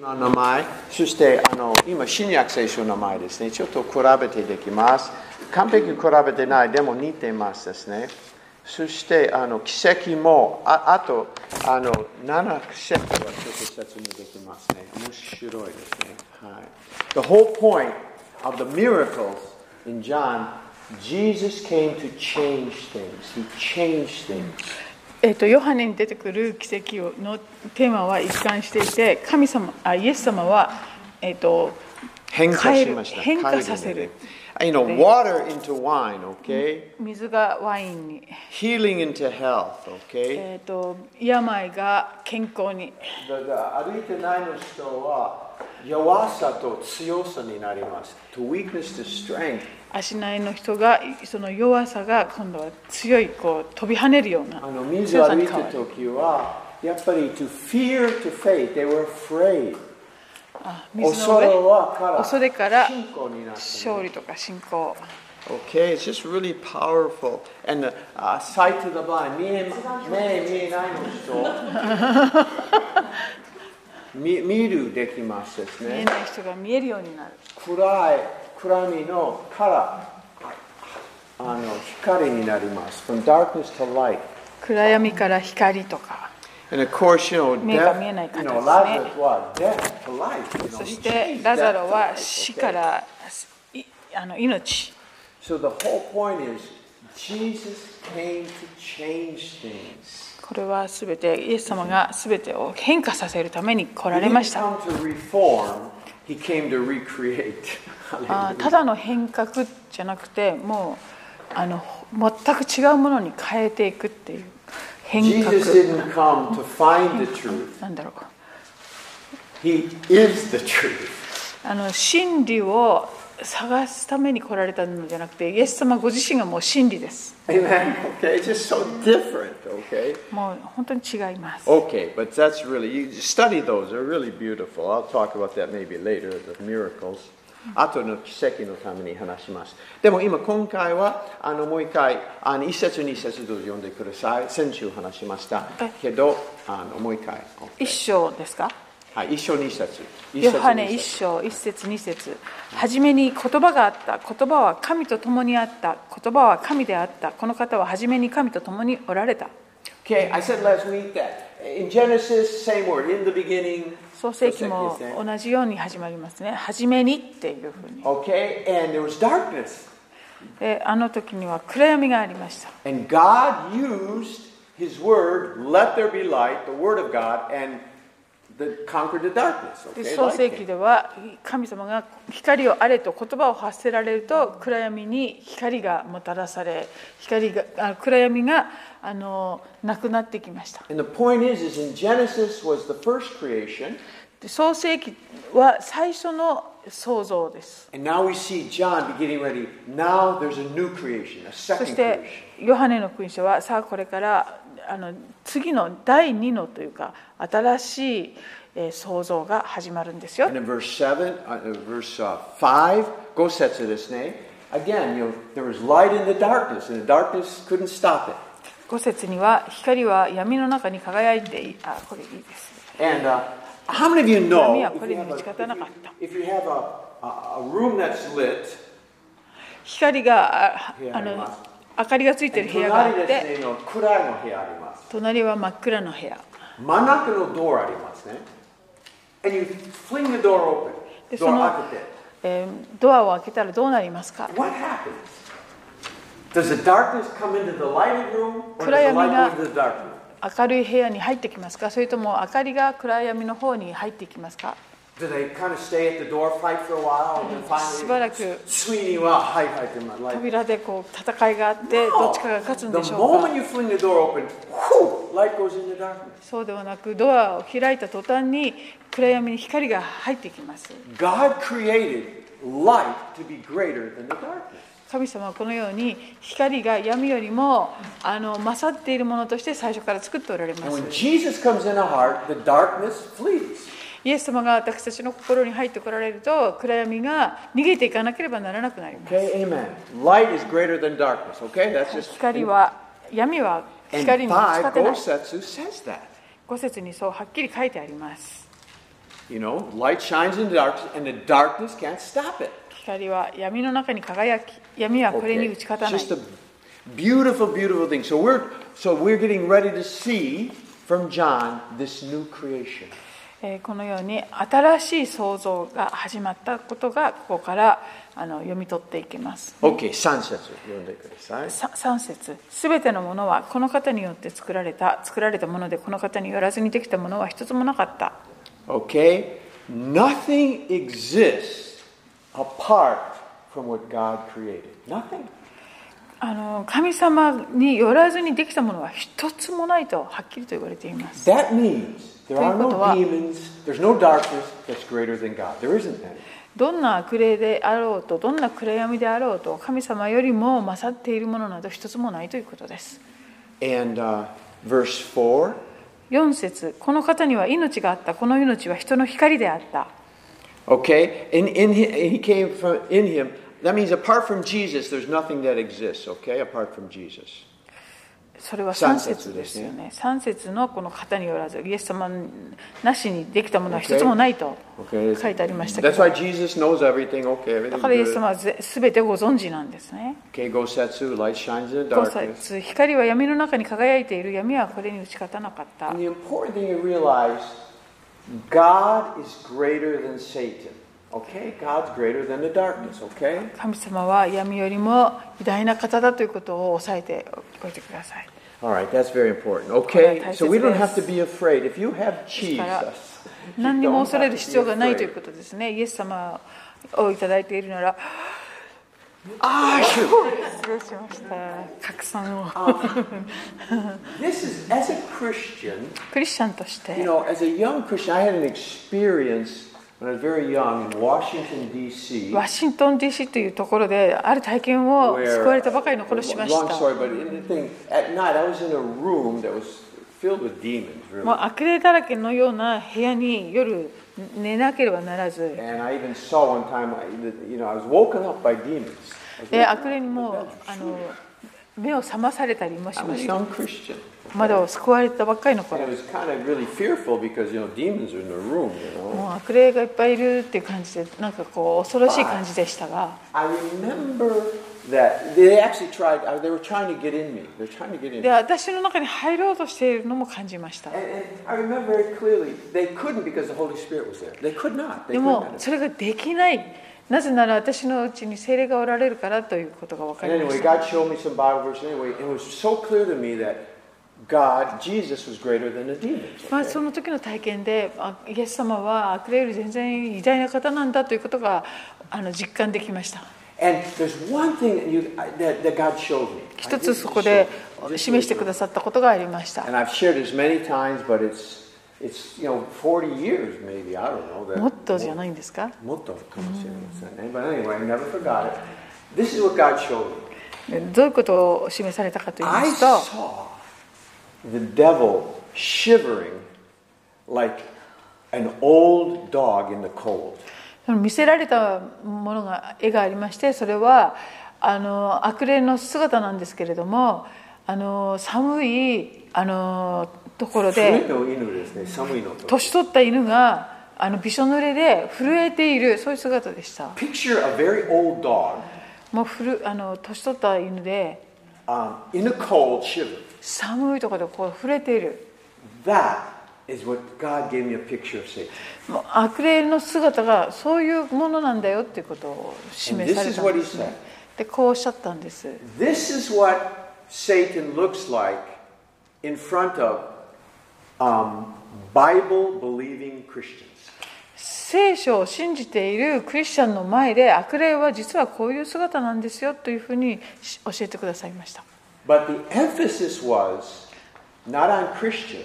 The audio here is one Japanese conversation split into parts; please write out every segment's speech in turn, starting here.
の名前、そしてあの今、新約聖書の名前ですね。ちょっと比べてできます。完璧に比べてない、でも似てますですね。そして、あの奇跡も、ああとあの、7奇跡はちょっと説明できますね。面白いですね。はい、The whole point of the miracles in John, Jesus came to change things. He changed things. えっとヨハネに出てくる奇跡をのテーマは一貫していて神様あイエス様は、えっと変化しました。変える変化させる。 You know, water into wine, okay? 水がワインに、 Healing into health, okay? えっと病が健康にだから歩いてないの人は弱さと強さになります。To weakness to strength. 足苗の人がその弱さが今度は強いこう飛び跳ねるようなあの水強をさ歩にいて変わるる時は、やっぱり to fear to faith, they were afraid. あ水恐のれ上はから恐れから信仰になってます勝利とか信仰 Okay, it's just really powerful. And the uh, sight to the blind. 見え目見えないの人見見るできますです見えね。ない人が見えるようになる暗い暗闇のからあの光になります。From darkness to light. 暗闇から光とか And of course, you know, 目が death, 見えない you 方 know, ですね Lazarus は death to life. You know, そし he て changed ラザ death ロ to は life, 死 okay? からいあの命 So the whole point is, Jesus came to change things. これは全てイエス様が全てを変化させるために来ら He れまし didn't た come to reform, he came to recreate. あーただの変革じゃなくてもうあの全く違うものに変えていくっていう変革 Jesus didn't come to find the truth, なんだろう he is the truth. あの真理を探すために来られたのじゃなくてイエス様ご自身がもう真理です Amen. Okay, it's just so different, okay? もう本当に違います Okay, but that's really, you study those, they're really beautiful. I'll talk about that maybe later, the miracles. あとの奇跡のために話します。でも今、今回はあのもう一回、あの一節二節と読んでください。先週話しましたはいけど、あのもう一回。一章ですかはい、一章二節。ヨハネ一一節章一節二節はじめに言葉があった言葉は神と共にあった言葉は神であったこの方ははじめに神と共におられた Okay, I said last week that in Genesis, same word, in the beginning. 創世記も Genesis, eh? 同じように始まりますねはじめにっていうふうに Okay, and there was darkness. であの時には暗闇がありました And God used his word, let there be light, the word of God, and the, conquered the darkness. で Okay, 創 light 世記 came. では神様が光をあれと言葉を発せられると暗闇に光がもたらされ光があ暗闇があのなくなってきました And the point is, is in Genesis was the first creation, で創世記は最初の創造です and now we see John getting ready. Now there's a new creation, a そ second して creation. ヨハネの福音書はさあこれからあの次の第2のというか新しいえー創造が始まるんですよ And in verse 7, uh, uh, verse uh, 5, Gosetsu this name. Again, you know, there was light in the darkness, and the darkness couldn't stop it. 5節には光は闇の中に輝いていあこれいいですね And uh, how many of you know 闇は if これ you に have 打 a, ち勝たなかった。 if you have a, a, a room that's lit, 光があ部屋あありのます明かりがついてる and 部屋があ隣っですてね、の暗いの部屋あります。隣は真っ暗の部屋真ん中のドアありますね。And you fling the door open. でそドアの開けて。、えードアを開けたらどうなりますか What happens? Does the darkness come into the lighted room, or 暗 does the light 闇が go into the dark room? 明るい部屋に入ってきますかそれとも明かりが暗闇の方に入ってきますか Do they kind of stay at the door, fight for a while, and then しば finally らく Sweeney, well, hi, hi, to my life. 扉でこう戦いがあってどっちかが勝つんで The しょうか moment you fling the door open, whew, light goes into darkness. そうではなくドアを開いた途端に暗闇に光が入ってきます God created light to be greater than the darkness. 神様はこのように光が闇よりもあの勝っているものとして最初から作っておられま And す when Jesus comes in our heart, the darkness flees. イエス様が私たちの心に入ってこられると暗闇が逃げていかなければならなくなります Okay, amen. Light is greater than darkness. Okay, that's just. 光は闇は and 光に打ち five 勝てない Gosetsu says that. 五節にそうはっきり書いてあります You know, light shines in the dark, and the darkness can't stop it. 光は闇の中に輝き闇はこれに打ち勝たない Just a beautiful, beautiful thing. So we're so we're getting ready to see from John this new creation. えーこのように新しい創造が始まったことがここからあの読み取っていきます Okay, sunset. 読んでください。さ3節すべてのものはこの方によって作られた作られたものでこの方によらずにできたものは一つもなかった Okay? Nothing exists apart from what God created. Nothing. あの神様によらずにできたものは一つもないとはっきりと言われています That means there are no ということは- demons, there's no darkness that's greater than God. There isn't any. どんな悪霊であろうとどんな暗闇であろうと神様よりも勝っているものなど一つもないということです And uh, verse 4 4節この方には命があったこの命は人の光であった Okay, in, in hi- he came from in him. That means apart from Jesus, there's nothing that exists. Okay, apart from Jesus. それは三3節節ですよね3節のこの方によらずイエス様なしにできたものは一つもないと Okay, 書いてありましたけ that's ど why Jesus knows everything. Okay, だ everything. からイエス Good. 様はぜ全てご存知なんですね Okay, go setsu. Light shines in the 5 darkness. 節光は闇の中に輝いている闇はこれに打ち勝たなかった And the important thing to realize, God is greater than Satan. Okay, God's greater than the darkness. Okay. 神様は闇よりも偉大な方だということを押さえておいてください All right, that's very important. Okay, so we don't have to be afraid. If you have ですから Jesus, you 何に don't も恐れる必要がない have とい to be うことですねイエス様をいただいているなら afraid. 失礼しました拡散を This is, as a Christian, クリスチャンとして you know, as a young Christian, I had an experience when I was very young in Washington, D.C. ワシントン DC というところである体験を救われたばかりの頃しまし long た story, but in the thing, at night I was in a room that was filled with demons, も really. う悪霊だらけのような部屋に夜寝なければならず And I even saw one time, I, you know, I was woken up by demons. I was で woken 悪霊にもうあの目を覚まされたりもし I'm ま a した young Christian. まだ救われたばっかりの And 頃 it も was kind of really fearful because, you know, demons are in the room, you know. う悪霊がいっぱいいるっていう感じでなんかこう恐ろしい感じでしたが I remember that they actually tried, uh, they were trying to get in me. They were trying to get in me. で私の中に入ろうとしているのも感じました And, and I remember very clearly, they couldn't because the Holy Spirit was there. They could not. They で could も not. それができないなぜなら私のうちに精霊がおられるからということが分か And りま anyway, した God showed me some Bible verses. Anyway, it was so clear to me that God, Jesus, was greater than the demons. まあ okay? その時の体験であイエス様は悪霊より全然偉大な方なんだということがあの実感できました And there's one thing that, you, I- that, that God showed me. I 一 didn't つそこで show- just 示してくださったことがありました And I've shared this many times, but it's, it's you know, 40 years maybe. I don't know. That, もっとじゃないんですかもっとかもしれませんね。But anyway, I never forgot it. This is what God showed me. どういうことを示されたかと言いま I すと saw the devil shivering like an old dog in the cold. その見せられたものが絵がありましてそれはあの悪霊の姿なんですけれどもあの寒いあのところで冬の犬ですね、寒いのと。年取った犬があのびしょ濡れで震えているそういう姿でした Picture a very old dog もうふるあの年取った犬で um, in the cold shivering. 寒いところでこう震えている That is what God gave me a picture of Satan. もう悪霊の姿がそういうものなんだよっていうことを And 示さ this れ is たん what で he す said. でこうおっしゃったんです This is what Satan looks like in front of um, Bible believing Christians. 聖書を信じているクリスチャンの前で悪霊は実はこういう姿なんですよというふうにし教えてくださいました But the emphasis was not on Christians.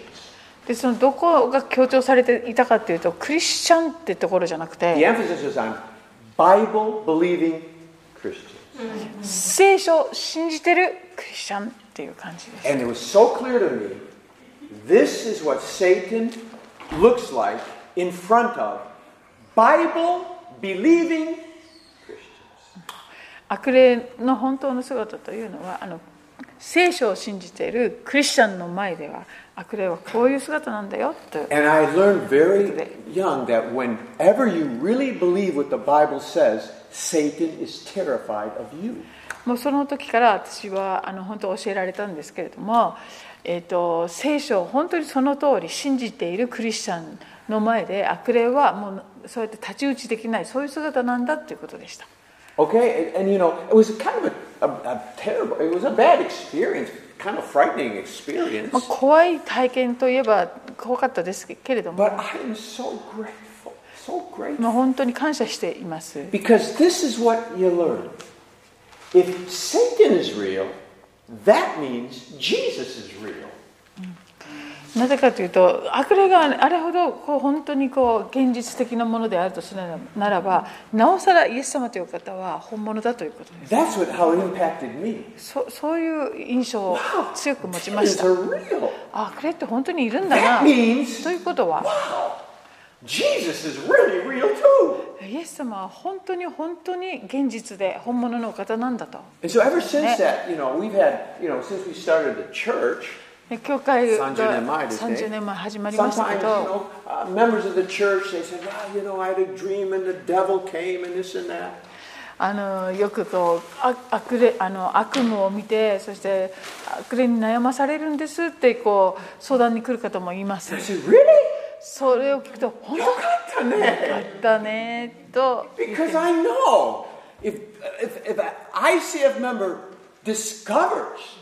でそのどこが強調されていたかというとクリスチャンってところじゃなく The て emphasis was on Bible believing Christians. 聖書を信じてるクリスチャンっていう感じです And it was so clear to me this is what Satan looks like in front of Bible believing Christians. 悪霊の本当の姿というのはあの聖書を信じているクリスチャンの前では悪霊はこういう姿なんだよと And I learned very young that whenever you really believe what the Bible says, Satan is terrified of you. もうその時から私はあの本当教えられたんですけれども、えー、と聖書を本当にその通り信じているクリスチャンの前で悪霊はもうそうやって太刀打ちできないそういう姿なんだということでした Okay, and, and you know, it was kind of a, a, a terrible, it was a bad experience, kind of frightening experience. まあ怖い体験といえば怖かったですけれども、 But I am so grateful, so まあ grateful. 本当に感謝しています Because this is what you learn. If Satan is real, that means Jesus is real. なぜかというと悪霊があれほどこう本当にこう現実的なものであるとするならばなおさらイエス様という方は本物だということです That's what how it impacted me. そそういう印象を強く持ちまし Demons た are real. あ悪霊って本当にいるん That だな means ということは Wow! Jesus is really real too. イエス様は本当に本当に現実で本物のお方なんだと And so ever since that, you know, we've had, you know, since we started the church, で教会が30年前ですね30年前始まりましたけ sometimes, you ど know, uh, members of the church, they said, well, you know, I had a dream and the devil came and this and that. あのよくこうあ悪霊あの悪夢を見てそして悪霊に悩まされるんですってこう相談に来る方もいます I said, really? それを聞くと本当 You got to よか know. ったねと Because I know if, if, if an ICF member discovers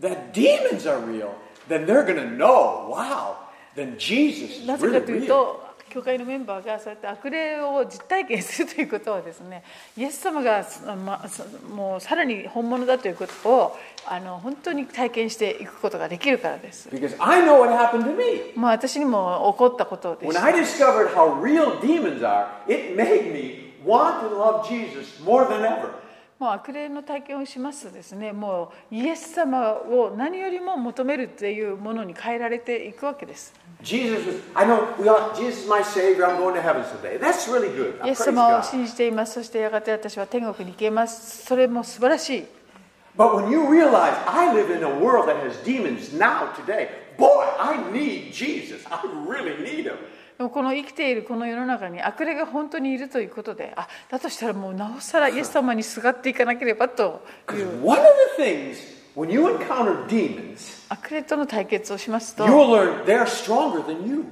that demons are real, then they're going to know, wow, then Jesus な is ぜ really かという real. と、教会のメンバーがそうやって悪霊を実体験するということはですね、イエス様が、ま、そもうさらに本物だということをあの本当に体験していくことができるからです。 Because I know what happened to me. まあ私にも起こったことで When す。 I discovered how real demons are, it made me want and love Jesus more than ever. もう悪霊の体験をしますとですね、もうイエス様を何よりも求めるっていうものに変えられていくわけです。 Jesus was, I know, we all, Jesus is my Savior, I'm going to heaven someday. That's really good. イ I エ praise ス様を God. 信じています。そしてやがて私は天国に行けます。それも素晴らしい。 But when you realize I live in a world that has demons now, today, boy, I need Jesus. I really need him. でもこの生きているこの世の中に悪霊が本当にいるということであだとしたらもうなおさらイエス様にすがっていかなければとい Because う one of the things, when you encounter demons, 悪霊との対決をしますと you'll learn they're stronger than you.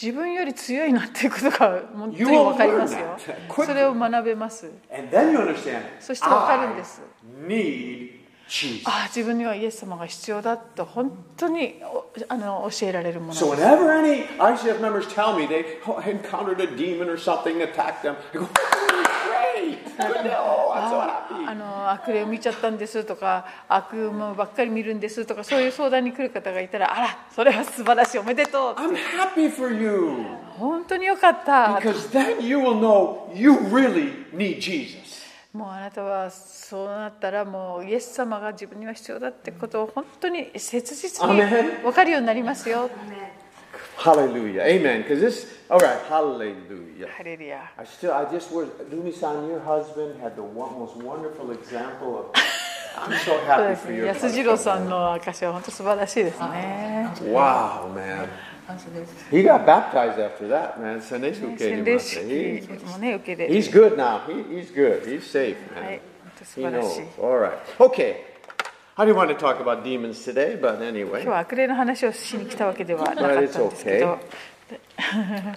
自分より強いなっていうことが本当 You に will 分かりますよ learn that quickly. それを学べます And then you understand, そしてわかるんです。 I need Jesus. あ自分にはイエス様が必要だと本当におあの教えられるもの So です whenever any ICF members tell me they oh, I encountered a demon or something attacked them, I go, "Oh, great! Good to know. I'm so あ happy. の悪霊を見ちゃったんですとか悪夢ばっかり見るんですとかそういう相談に来る方がいたらあらそれは素晴らしいおめでとう I'm happy for you 本当によかったと because then you will know you really need Jesus. もうあなたはそうなったらもうイエス様が自分には必要だってことを本当に切実に Amen. 分かるようになりますよ。 Hallelujah. Amen. Because this, all right, hallelujah. ハレルヤ。 I still, I just was, Lumi-san, your husband had the one, most wonderful example of, I'm so そうで happy す for ね。 your 安次郎さんの証は本当素晴らしいですね。 husband. Wow, man. He got baptized after that, man. 洗礼洗礼式受け入れました。He- 式もね受け入れ He's good now. He, he's good. He's safe, は man. い本当素 He 晴らし knows. い。 All right. Okay. I didn't want to talk about demons today, but 今 anyway. 日は悪霊の話をしに来たわけではなかったんですけ But ど it's、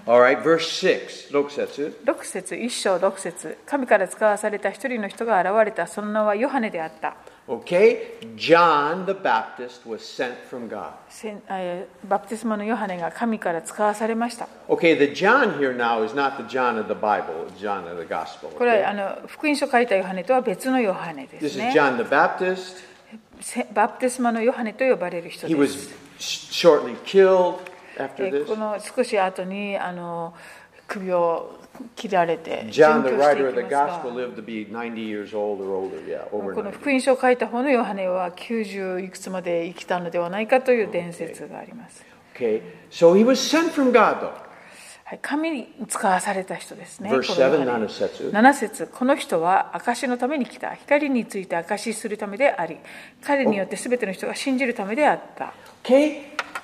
All right. Verse 6. 6節. 6節一章6節神から使わされた一人の人が現れたその名はヨハネであった。 Okay. John the Baptist was sent from God. せんえーバプテスマのヨハネが神から使わされました。 Okay. The John here now is not the John of the Bible, it's John of the Gospel. これ okay? はあの福音書を書いたヨハネとは別のヨハネで This is すね。 John the Baptist. せバプテスマのヨハネと呼ばれる人 He で was す。 sh- shortly killed え after this. ーこの少し後にあの首を切られて John, the 殉教して writer of いき the ますが Gospel, lived to be 90 years old or older. Yeah, こ over 90. の福音書を書いた方のヨハネは90いくつまで生きたのではないかという伝説があります。 Okay, so he was sent from God though. はいはい、神に使わされた人ですね。 Verse この中 7, 7節で7節この人は証しのために来た。光について証しするためであり、彼によって全ての人が信じるためであった。 Okay,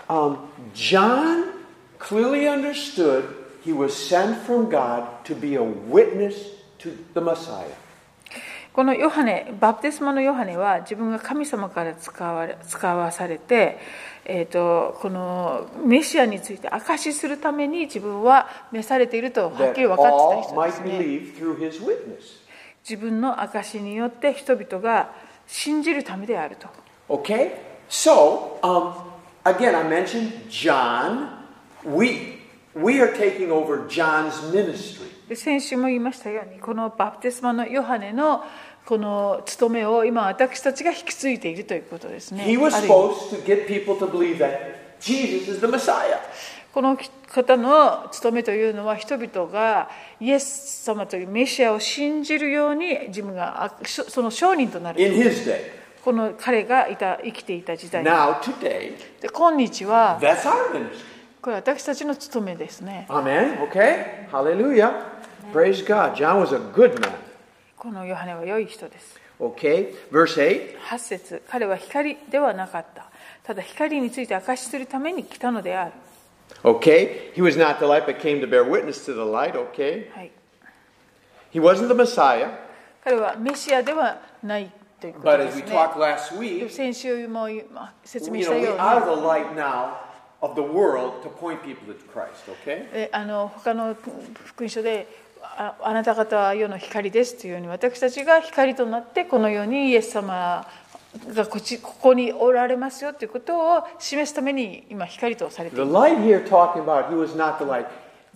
um, John clearly understood he was sent from God to be a witness to the Messiah. このヨハネ、バプテスマのヨハネは自分が神様から使われ使わされて、えーと、このメシアについて証しするために自分は召されているとはっ That きり分かってた all 人です might ね。 believe through his witness. 自分の証しによって人々が信じるためであると。 Okay? So, um, again, I mentioned John. We, we are taking over John's ministry. で先週も言いましたようにこのバプテスマのヨハネのこの務めを今私たちが引き継いでいるということですね。 He was ある意味 supposed to get people to believe that Jesus is the Messiah. この方の務めというのは人々がイエス様というメシアを信じるように自分があしょその証人となる in his day. この彼がいた生きていた時代 Now, today, で今日は that's our ministry. これ私たちの務めですね Amen. Okay? Hallelujah. Praise God. John was a good man. このヨハネは良い人です Okay? Verse 8. 8節彼は光ではなかったただ光について証しするために来たのである Okay? He was not the light, but came to bear witness to the light. Okay? はい He wasn't the Messiah. 彼はメシアではないということ But で as す we ね talked last でも week, 先週も言いま説 you 明し know, た we ように are the light now of the world to point people to Christ. Okay? えあの他の福音書でああなた方は世の光ですというように私たちが光となってこの世にイエス様がこっちここにおられますよということを示すために今光とされてい The る light here talking about, he was not the light.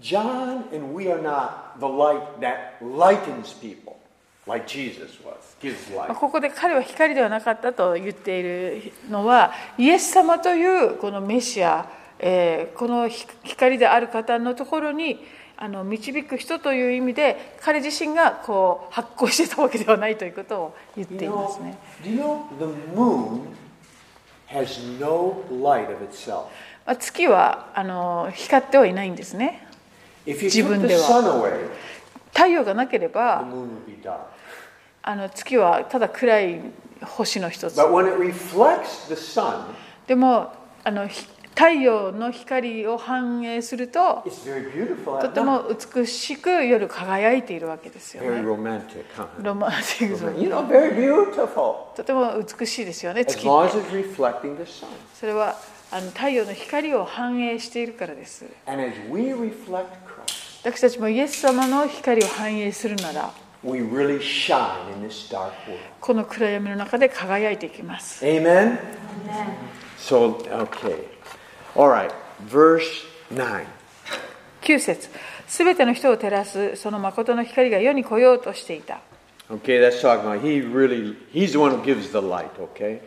John and we are not the light that lightens people, like Jesus was, gives light. ここで彼は光ではなかったと言っているのはイエス様というこのメシア、えーこのひ光である方のところにあの導く人という意味で彼自身がこう発行してたわけではないということを言っ You ていま know, すね。 do you know the moon has no light of itself? まあ月はあの光ってはいないんですね If you took the 自分では。 sun away, 太陽がなけれ the ば moon would be dark. あの月はただ暗い星の一つ But when it reflects the sun, でもあのひ太陽の光を反映すると it's very beautiful. と At て night. も美しく夜輝いているわけですよ Very ね romantic, huh? ロマンティックぞ You know, very beautiful. とても美しいですよね As 月 long っ as て it's reflecting the sun. それはあの太陽の光を反映しているからです And as we reflect Christ, 私たちもイエス様の光を反映するなら we really shine in this dark world. この暗闇の中で輝いていきます Amen? So, okay. All right, verse 9. 9節すべての人を照らすその誠の光が世に来ようとしていた、 Okay, that's talking about he really he's the one who gives the light, okay?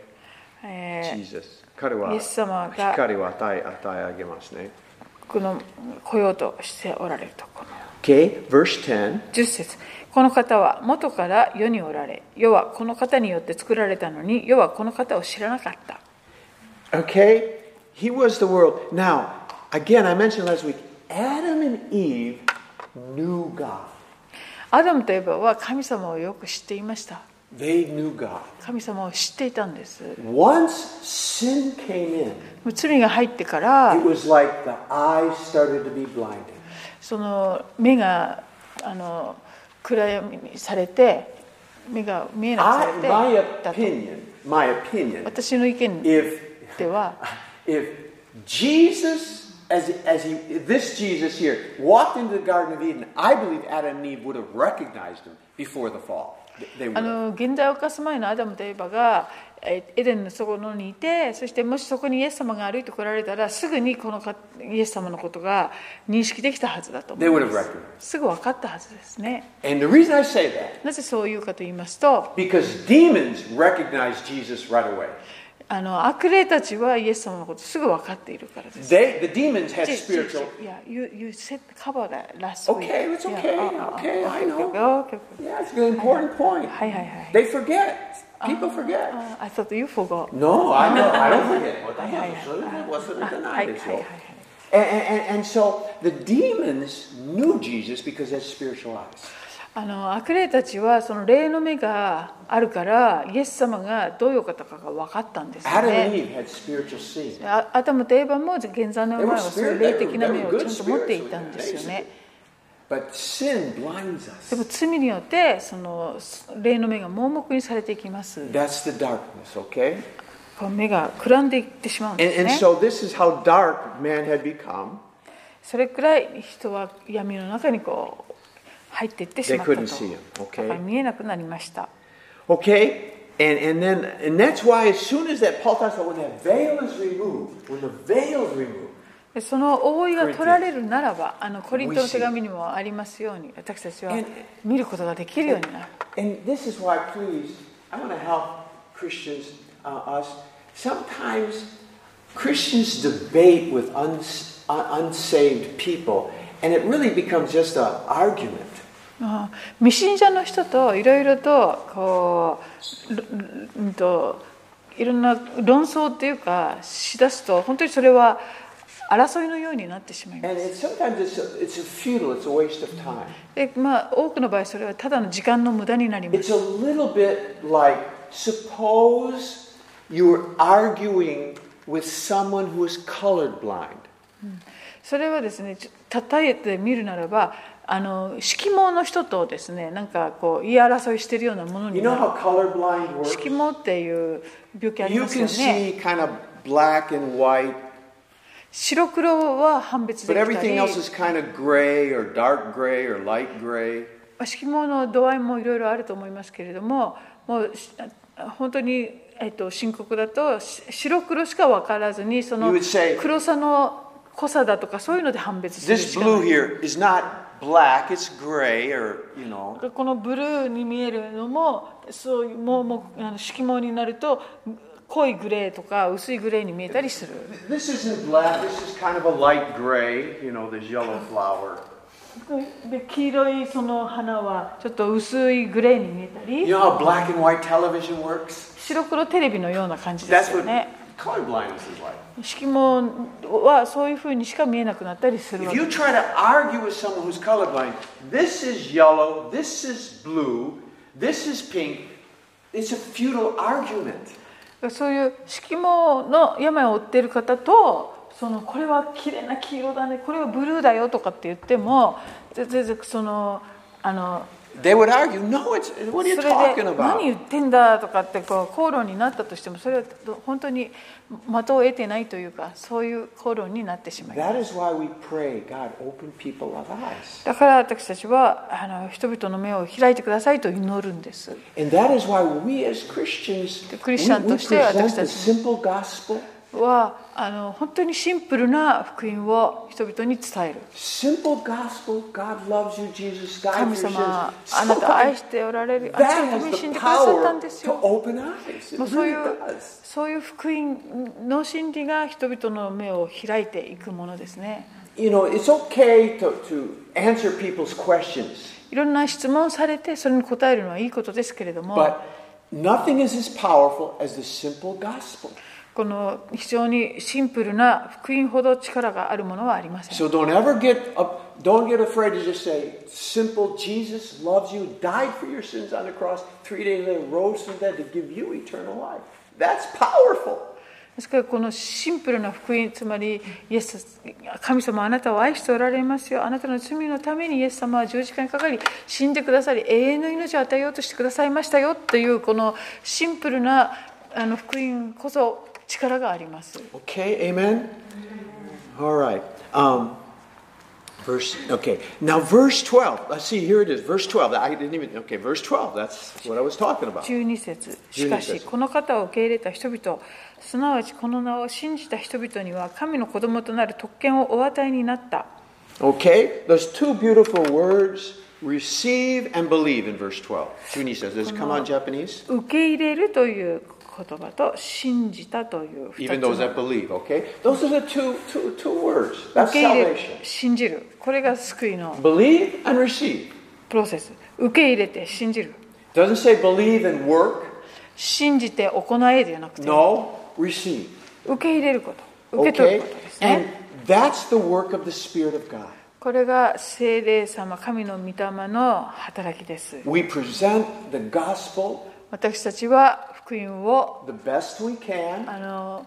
え Jesus. 彼はイエス様が光を与え与え上げますね。ーこの来ようとしておられるとこの Okay, verse 10. 10節この方は元から世におられ世はこの方によって作られたのに世はこの方を知らなかった Okay, he was the world. Now, again, I mentioned last week, Adam and Eve knew God. アダムとエバは神様をよく知っていました They knew God. 神様を知っていたんです Once sin came in, もう罪が入ってから it was like the eyes started to be blinded. その目があの暗闇にされて目が見えなくさ I, my れてだと opinion, my opinion, 私の意見 if では if Jesus, as, as he, this Jesus here, walked into the Garden of Eden, I believe Adam and Eve would have recognized him before the fall. They- They would. have. あの現代を犯す前のアダムとエバがえエデンの底のにいてそしてもしそこにイエス様が歩いてこられたらすぐにこのかイエス様のことが認識できたはずだと思 They would い have ます recognized. すぐ分かったはずですね And the reason I say that なぜそういうかと言いますと because demons recognized Jesus right away. あの悪霊たちはイエス様のことすぐ分かっているからです They, the demons had じじ spiritual. いや you, you said cover that last week Okay, it's Yeah, okay, uh, uh, okay, I know. okay, okay, okay. Yeah, it's an important point. はいはいはい They forget. People forget. Uh, I thought you forgot No, I know. I don't forget. はいはいはいはいはいはいはい私はそれで忘れてないですよ。 And, and, and so the demons knew Jesus because they had spiritual eyes. あの悪霊たちはその霊の目があるからイエス様がどういう方かが分かったんですよ Adam and ね。 Eve had spiritual seeing. あアダムとエヴァも現在 They の前 were はそうい spirit, う霊 they 的 were, な they 目 were をちゃ good んと持ってい spirits. たんですよね。 But sin blinds で us. も罪によってその霊の目が盲目にされていきます。 That's the darkness, okay? こう目がくらんでいってしまうん And, です and so ね。this is how dark man had become. それくらい人は闇の中にこう入っていってしまったと They couldn't see him, okay. だから見えなくなりました。 Okay? And, and then and that's why as soon as that Paul talks about when that veil is removed, when the veil is removed, でその覆いが取られるならばあのコリントの手紙にもありますように私たちは And- 見ることができるようになる And this is why, please, I want to help Christians, uh, us. Sometimes Christians debate with uns- uh, unsaved people, and it really becomes just an argument. あ未信者の人といろいろとこうろうんといろんな論争っていうかしだすと本当にそれは争いのようになってしまいます And it, sometimes it's a, it's a futile, it's a waste of time. でまあ多くの場合それはただの時間の無駄になりま It's す a little bit like suppose you were arguing with someone who is colorblind. それはですねちょ叩いてみるならばあの色盲の人とですねなんかこう言い争いしてるようなもの You にな know る how colorblind works? 色盲っていう病気あり You ますよ can ね see kind of black and white 白黒は判別で But きた everything り else is kind of gray or dark gray or light gray. まあ色盲の度合いもいろいろあると思いますけれどももうし本当に、えっと、深刻だとし白黒しか分からずにその You would say- 黒さの濃さだとかそういうので判別する This しかな blue い here is not black, it's gray or, you know. このブルーに見えるのもそういう盲目あの色盲になると濃いグレーとか薄いグレーに見えたりする This isn't black, this is kind of a light gray, you know, this yellow flower. で黄色いその花はちょっと薄いグレーに見えたり You know how black and white television works? 白黒テレビのような感じで That's すよ what ね colorblindness is like. 色盲はそういうふうにしか見えなくなったりするわ If け you try to argue with someone who's colorblind, this is yellow, this is blue, this is pink, it's a futile argument. そういう色盲の病を負っている方とそのこれは綺麗な黄色だねこれはブルーだよとかって言っても全然そのあの They would argue, no, it's what そ are れ you で talking 何 about? 言ってんだとかってこう口論になったとしてもそれは本当に的を得てないというかそういう口論になってしまいます That is why we pray, God, open people of eyes. だから私たちはあの人々の目を開いてくださいと祈るんです And that is why we as Christians, we, クリスチャンとして we present 私たち the も。simple gospel, はあの本当にシンプルな福音を人々に伝える simple gospel, God loves you, Jesus died 神 for your 様 sins. あなた愛 So しておられるあな that たに has 死ん the でくださったん power です to よ open eyes. It もうそう really いう does. そういう福音の真理が人々の目を開いていくものですね You know, it's okay to, to answer people's questions, いろんな質問をされてそれに答えるのはいいことですけれども but nothing is as powerful as the simple gospel. この非常にシンプルな福音ほど力があるものはありません So don't ever get up, don't get afraid to just say simple Jesus loves you, died for your sins on the cross, three days later rose from the dead to give you eternal life. That's powerful. ですからこのシンプルな福音つまりイエス神様あなたを愛しておられますよあなたの罪のためにイエス様は十字架にかかり死んでくださり永遠の命を与えようとしてくださいましたよというこのシンプルなあの福音こそ力があります Okay, amen. All right. Um, verse okay. Now verse 12. Let's see here it is. Verse 12. I didn't even Okay, verse 12. That's what I was talking about. 12節し12か節しこの方を受け入れた人々すなわちこの名を信じた人々には神の子供となる特権をお与えになった。 Okay? Those two beautiful words, receive and believe in verse 12. Junie says, does it come on Japanese? 受け入れるという言葉と信じたという二つ even の those that believe, okay? Those are the two, two, two words. That's 受け入れる salvation. 信じるこれが救いの Believe and receive. プロセス受け入れて信じる Doesn't say believe and work. 信じて行えではなくて No, receive. 受け入れること受け取る Okay? ことです And ね That's the work of the Spirit of God. これが聖霊様神の御霊の働きです We present the gospel 私たちは福音を the best we can, あの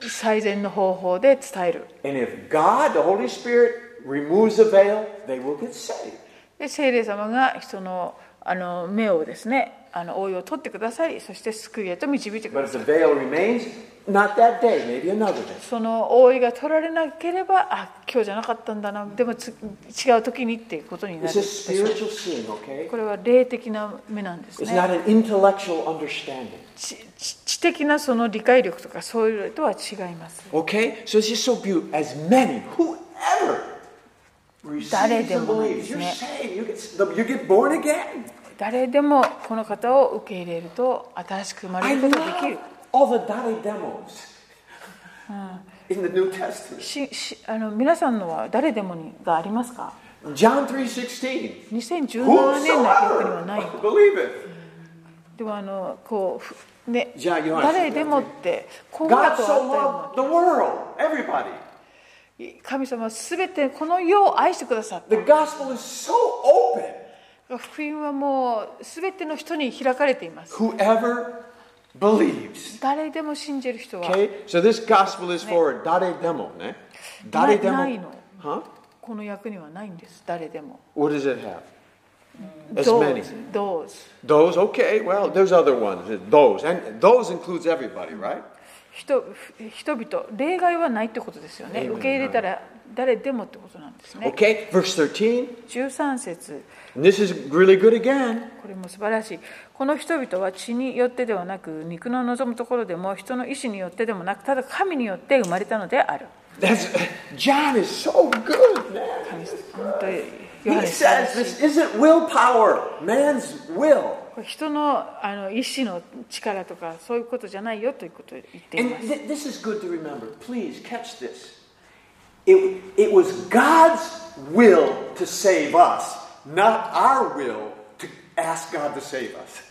最善の方法で伝える and if God, the Holy Spirit, removes a veil, they will get saved. で聖霊様が人のあの目をですねあの応用を取ってくださりそして救いへと導いてく But if ださ the い veil remains, not that day, maybe another day. その覆いが取られなければあ今日じゃなかったんだなでもつ違う時にっていうことになる It's で a しょ spiritual う seeing, okay? これは霊的な目なんです It's not ね an intellectual understanding. 知知知的なその理解力とかそういうのとは違います Okay? So it's just so beautiful. As many, whoever receives and 誰でもなんで believes, すね。you're saved. You get, you get born again. 誰でもこの方を受け入れると新しく生まれ I ることができる love all the Dare demos in the New Testament. ししあの皆さんのは誰でもにがありますか John 3.16. 2017年の役にはない Whosoever believeth. でもあのこうふねじゃあヨハネ誰でもってこういうことはあ God った so loved よ the world, everybody. うな神様は全てこの世を愛してくださっ The gospel is so open. た福音はもう全ての人に開かれています Whoever believes. 誰でも信じる人は Okay, so this gospel is for Dare Demo, ne? Dare Demo. なないの。 Huh? この役にはないんです誰でも What does it have? Mm. As many. どうぞ Those, okay, well, there's other ones. Those. And those includes everybody, right? 人人々例外はないってことですよね Amen 受け入れたら誰でもってことなんですね Okay, verse 13. 13節 And this is really good again. これも素晴らしい。この人々は血によってではなく、肉の望むところでも、人の意志によってでもなく、ただ神によって生まれたのである。 That's John is so good, 神 man. 本当にヨ He ハネさん says this isn't willpower, man's will. これ人のあの意志の力とか、そういうことじゃないよということを言ってい And ます。 th- this is good to remember. Please catch this. It, it was God's will to save us, not our will to ask God to save us.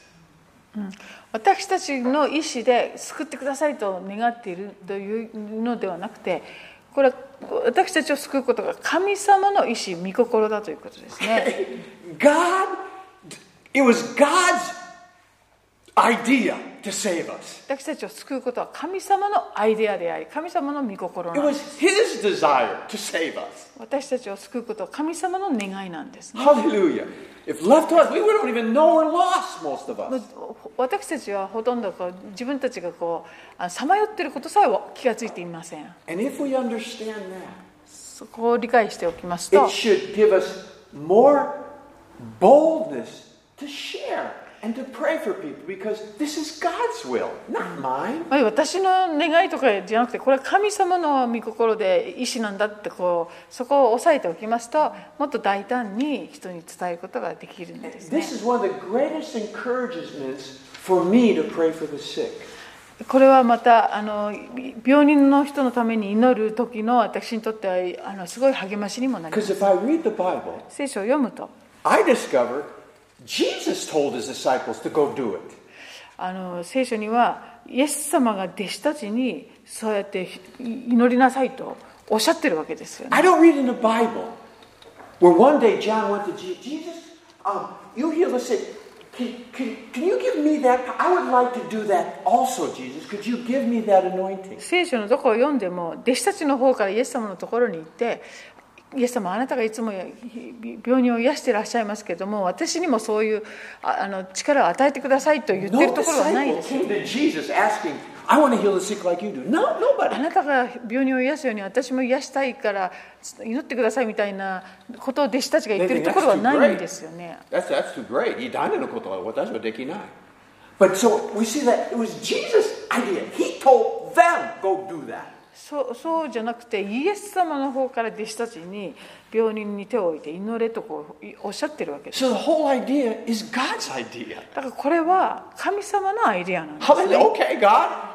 私たちの意志で救ってくださいと願っているというのではなくて、これは私たちを救うことが神様の意志、御心だということですね。 God, it was God's idea to save us. 私たちを救うことは神様のアイデアであり、神様の御心 It なんです was His desire to save us. 私たちを救うことは神様の願いなんですね。 Hallelujah. If left to us, we don't even know we're lost, most of us. 私たちはほとんどこう自分たちがこうさまよっていることさえは気がついていません。 And if we understand that, そこを理解しておきますと It、should give us more boldness to share and to pray for people because this is God's will, not mine. まあ私の願いとかじゃなくて、これは神様の御心で意思なんだってこう、そこを押さえておきますと、もっと大胆に人に伝えることができるんですね This。is one of the greatest encouragements for me to pray for the sick. これはまたあの病人の人のために祈る時の私にとってはあのすごい励ましにもなります Because if I read the Bible, 聖書を読むと I discover Jesus told his disciples to go do it. あの聖書にはイエス様が弟子たちにそうやってい祈りなさいとおっしゃってるわけですよね I don't read in the Bible where one day John went to Jesus, Jesus, um, you heal the sick. Can, can, can you give me that? I would like to do that also, Jesus. Could you give me that anointing? 聖書のどこを読んでも弟子たちの方からイエス様のところに行ってイエス様あなたがいつも病人を癒していらっしゃいますけれども私にもそういうああの力を与えてくださいと言ってる No ところはない disciple です came to Jesus asking, I want to heal the sick like you do. No, あ nobody. なたが病人を癒すように私も癒したいから祈ってくださいみたいなことを弟子たちが言ってるところはないんですよね。 That's, that's too great. 偉大なことは私はできない。But so we see that it was Jesus' idea. He told them, go do that. そうそうじゃなくてイエス様の方から弟子たちに病人に手を置いて祈れとこういおっしゃってるわけです。 So the whole idea is God's idea. だからこれは神様のアイデアなんです。 Hallelujah. Okay, God,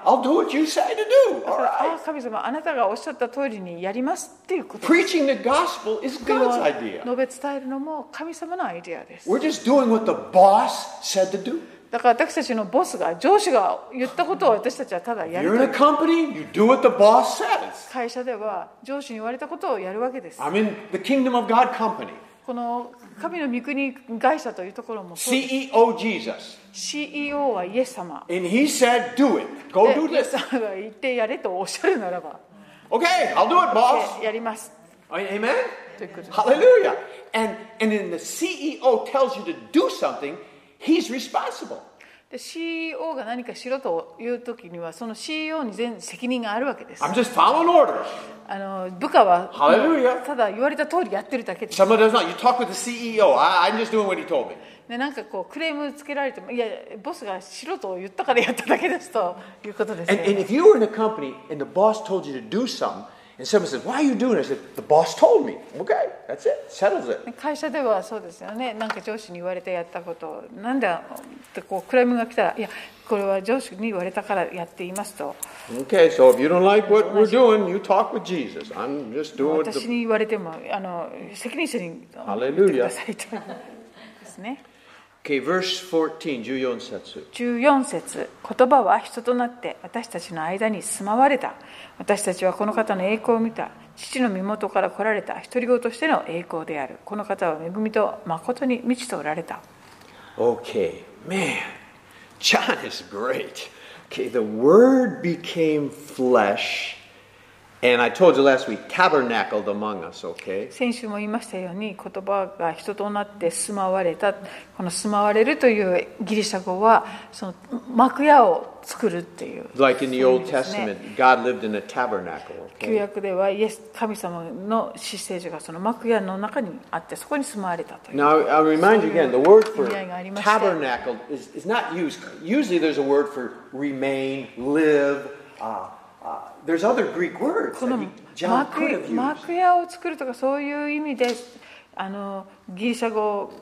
I'll do what you say to do. All あ right. あ神様あなたがおっしゃった通りにやりますっていうことです。 Preaching the gospel is これを God's 述 idea. べ伝えるのも神様のアイデアです。 We're just doing what the boss said to do. だから私たちのボスが上司が言ったことを私たちはただやる You're in a company, you do what the boss says. 会社では上司に言われたことをやるわけです I'm in the kingdom of God company. この神の御国会社というところもそうです CEO E Jesus. CEO はイエス様 And he said, do it. Go で do イエス this. 様が言ってやれとおっしゃるならば Okay, I'll do it, boss. でやります Amen? ということです Hallelujah. And and then the CEO tells you to do something, he's responsible. で CEO が何かしろという時にはその CEO に全責任があるわけです I'm just following orders. あの部下は Hallelujah. ただ言われた通りやってるだけです Someone does not. You talk with the CEO. I, I'm just doing what he told me. でなんかこうクレームつけられてもいやボスがしろと言ったからやっただけですということです And, よね and if you were in a company and the boss told you to do something, and someone says, Why are you doing it? I said, The boss told me. Okay, that's it. Settles it. 会社ではそうですよねなんか上司に言われてやったことをなんだってこうクレームが来たらいやこれは上司に言われたからやっていますと Okay, so if you don't like what we're doing, you talk with Jesus. I'm just doing what 私 the. に言われてもあの責任者にあの Hallelujah. 言ってくださいとですね Okay, verse 14, Juyon Setsu. 14節言葉は人となって私たちの間に住まわれた私たちはこの方の栄光を見た父の身元から来られた独り言としての栄光であるこの方は恵みと誠に満ちておられた Okay, man, John is great. Okay, the Word became flesh, and I told you last week, tabernacled among us, okay? 先週も言いましたように言葉が人となって住まわれたこの住まわれるというギリシャ語はその幕屋を作るっていう Like in the Old そういう意味ですね Testament, God lived in a tabernacle, 旧 okay? 約ではイエス神様の死聖所がその幕屋の中にあってそこに住まわれたという Now, I'll remind you again, the word for 意味合いがありまして。 tabernacle is, is not used. Usually there's a word for remain, live. Uh, uh, there's other Greek words この that 幕 he- John could have used. 幕屋を作るとかそういう意味であのギリシャ語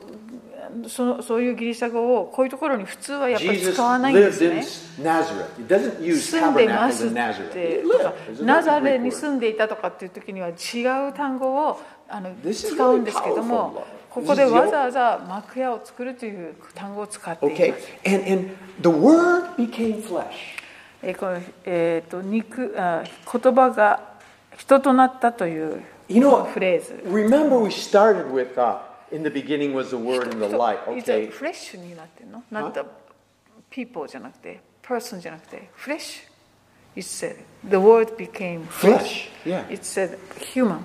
そのそういうギリシャ語をこういうところに普通はやっぱり Jesus 使わないんで lived す in ね。 Nazareth. It doesn't use 住んでま tabernacle すっ in Nazareth. て It とか lived. There's ナ another ザレ Greek に word. 住んでいたとかっていう時には違う単語をあの This is 使うんですけど really powerful, も Lord. ここでわざわざ幕屋を作るという単語を使っています Okay, and and the Word became flesh. えーこのえーと肉あ言葉が人となったという You know, フレーズ remember we started with uh, in the beginning was the Word and the 人 light. いざ Okay, フレッシュになってんのなった people じゃなくて person じゃなくてフレッシュ It said the word became Flesh, flesh yeah. It said human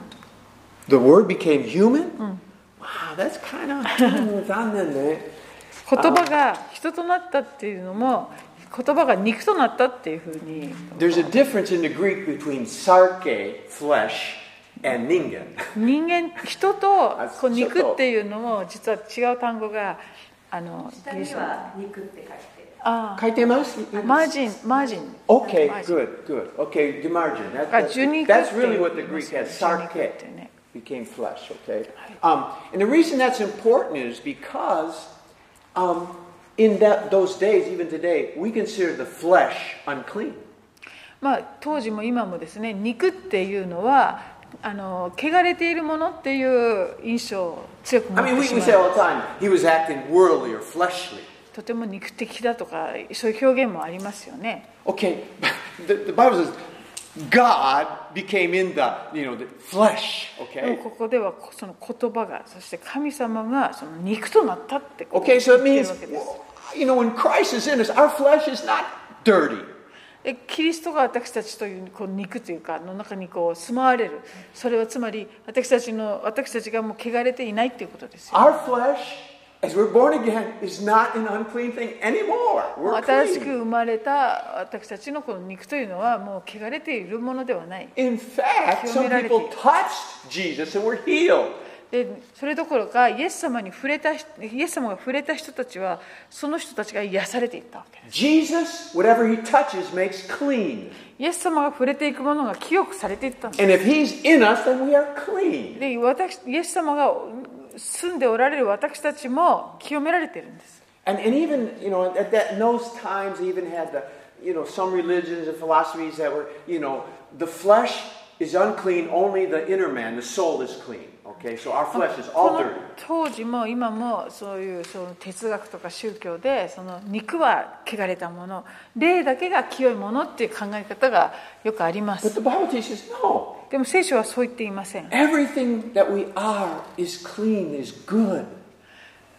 the Word became human. Wow, that's kind of there. 言葉が人となったっていうのも言葉が肉となったっていうふうに There's a difference in the Greek between sarke, flesh, and ningen. 人間人とあこうちょっと肉っていうのも実は違う単語があの下には肉って書いてあ書いてます？あマージンマージン Okay, マージン good, good. Okay, the margin. That, が that's, 十二 that's really what the Greek has. っ Sarke てね became flesh, okay? Um, and the reason that's important is because um, in that, those days, even today, we consider the flesh unclean. まあ、当時も今もですね肉っていうのはあの汚れているものっていう印象を強く持 I っ mean, て we, し we ま say う all the time, he was acting worldly or fleshly. とても肉的だとかそういう表現もありますよね Okay, the, the Bible says God became in the, you know, the flesh, でも okay? ここではこその言葉がそして神様がその肉となったってこう Okay, so it 言ってる means, わけです you know, when Christ is in us, our flesh is not dirty. でキリストが私たちというこう肉というかの中にこう住まわれるそれはつまり私たちの私たちがもう汚れていないっていうことですよ Our flesh, as we're born again, is not an unclean thing anymore. もう We're 新しく clean. 生まれた私たちのこの肉というのはもう汚れているものではない In fact, some Humility. people touched Jesus and were healed. でそれどころかイエス様に触れた人イエス様が触れた人たちはその人たちが癒されていったわけ Jesus, whatever he touches, makes clean. イエス様が触れていくものが清くされていったんです And if he's in us, then we are clean. で私イエス様が住んでおられる私たちも清められているんです And, and even, you know, at that, in those times, they even had the, you know, some religions and philosophies that were, you know, the flesh is unclean, only the inner man, the soul is clean. Okay, so our flesh is この altered. 当時も今もそういうその哲学とか宗教でその肉は汚れたもの霊だけが清いものっていう考え方がよくありま But す the Bible teaches no. でも聖書はそう言っていません Everything that we are is clean, is good.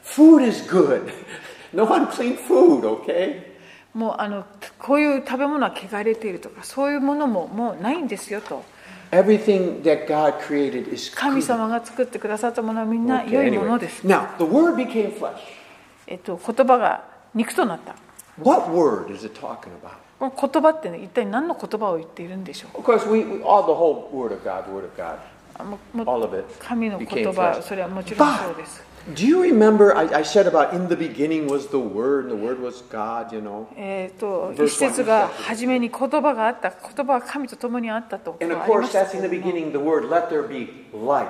Food is good. No unclean food, okay? もうあのこういう食べ物は汚れているとかそういうものももうないんですよと Everything that God created is clean. 神様が作ってくださったものはみんな Okay, 良いもの anyway. です、 Now, the word became flesh. えっと、言葉が肉となった What word is it talking about? この言葉って、ね、一体何の言葉を言っているんでしょ Of course, we, we all the whole word of God, word of God. うもうもう All of it 神の became 言葉 flesh. それはもちろんそう But です、 do you remember I, I said about in the beginning was the word and the word was God, you know? えー、と Verse 1一節が初めに言葉があった言葉は神と共にあったと And あ of りま course, した that's in け the れど beginning も the word, let there be light.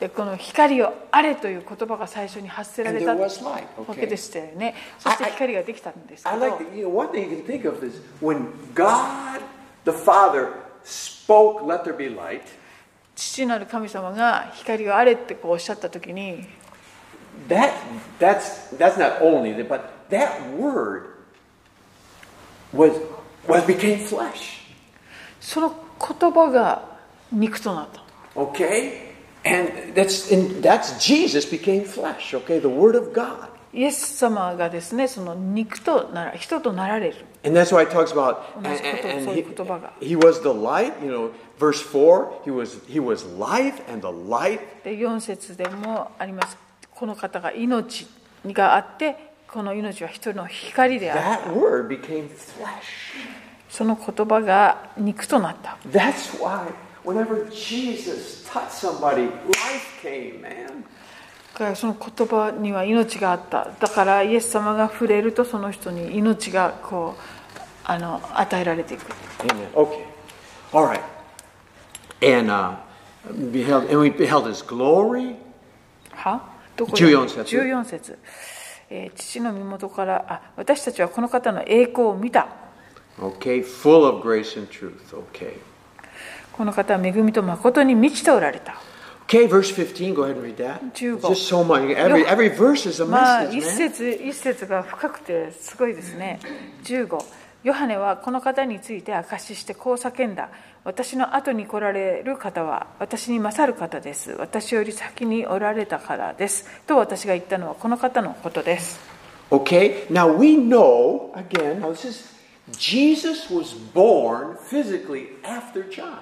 でこの光をあれという言葉が最初に発せられた And there was light, okay. わけでしたよねそして I- I- 光ができたんですけ I ど like, that, you know, one thing you can think of is when God the Father spoke, let there be light, 父なる神様が光をあれってこうおっしゃった時に that, that's, that's not only, the, but that word was, was became flesh. その言葉が肉となった Okay? And that's, and that's Jesus became flesh, okay? The Word of God. イエス様がですねその肉となら人となられる And that's why it talks about and, 同じこと、 and- and そういう言葉が。 he, he was the light, you know, verse 4, he was he was life and the light で4節でもありますこの方が命があってこの命は人の光であ that る word became flesh. その言葉が肉となった That's why whenever Jesus touched somebody, life came, man. だからその言葉には命があっただからイエス様が触れるとその人に命がこうあの与えられていく Amen. Okay. All right. And uh, beheld and we beheld his glory. はどこだ14節14節えー父の身元からあ私たちはこの方の栄光を見た Okay, full of grace and truth. Okay. この方は恵みと誠に満ちておられた Okay, verse 15, go ahead and read that. 15. Just so much. Every, よ every verse is a まあ message, 一 man. 節一節が深くてすごいですね15ヨハネはこの方について証ししてこう叫んだ私の後に来られる方は私に勝る方です私より先におられたからですと私が言ったのはこの方のことです Okay, now we know, again, now this is, Jesus was born physically after John.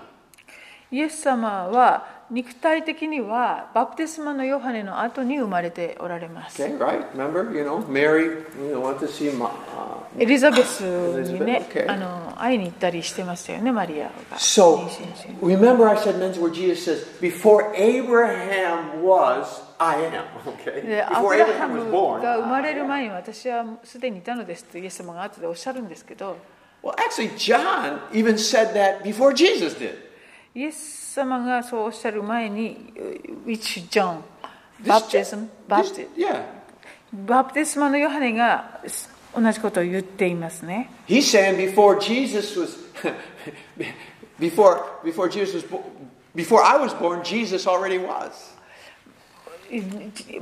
イエス様は肉体的にはバプテスマのヨハネの後に生まれておられます、 Okay, right? Remember, you know, Mary, you know, went to see Ma- uh, エリザベスにね Elizabeth, okay. あの会いに行ったりしてましたよねマリアが So, 妊娠して remember I said, men's where Jesus says, before Abraham was, I am. Okay? でア Before ブラハ Abraham ム was が生 born. まれる前に私はすでにいたのですってイエス様が後でおっしゃるんですけど Well, actually, John even said that before Jesus did. イエス様がそうおっしゃる前に「Which John? This Baptism? John- this- Baptism? Yeah. バプテスマのヨハネが同じことを言っていますね He's saying before Jesus was, before before Jesus was, bo- before I was born, Jesus already was.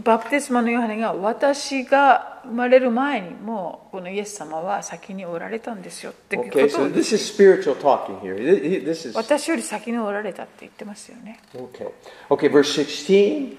バプテスマのヨハネが私が生まれる前にもうこのイエス様は先におられたんですよってことを Okay, so this is spiritual talking here. Thi- thi- This is 私より先におられたって言ってますよね okay. Okay, verse sixteen.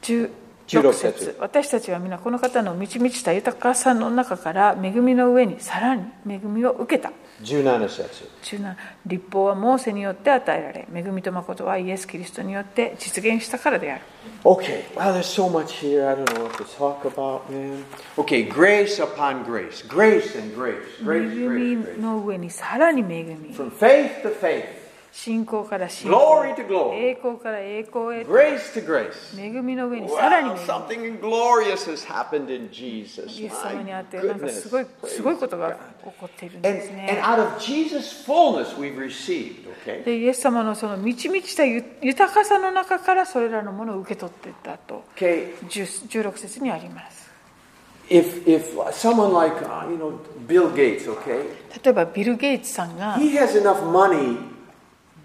16 16節節私たちは皆この方の満ち満ちた豊かさの中から恵みの上にさらに恵みを受けた Junana says it. 中南立法はモーセによって与えられ恵みと誠はイエス・キリストによって実現したからである Okay. Wow, there's so much here. I don't know what to talk about, man. Okay, grace upon grace, grace and grace, grace, 恵 grace, み grace. の上にさらに恵み From faith to faith, 信仰から信 glory 仰 to glory, 栄光から栄光へ grace to grace. 恵みの上にさらに Wow, 恵 something glorious has happened in Jesus. みイエス様にあ My ってなんか goodness. すごい Praise すごいことが God. 起こっているん And, です and ね out of Jesus' fullness we've received, okay? でイエス様のその満ち満ちたゆ豊かさの中からそれらのものを受け取っていったと Okay, 10 16節にあります if, if someone like, uh, you know, Bill Gates, okay, 例えばビル・ゲイツさんが he has enough money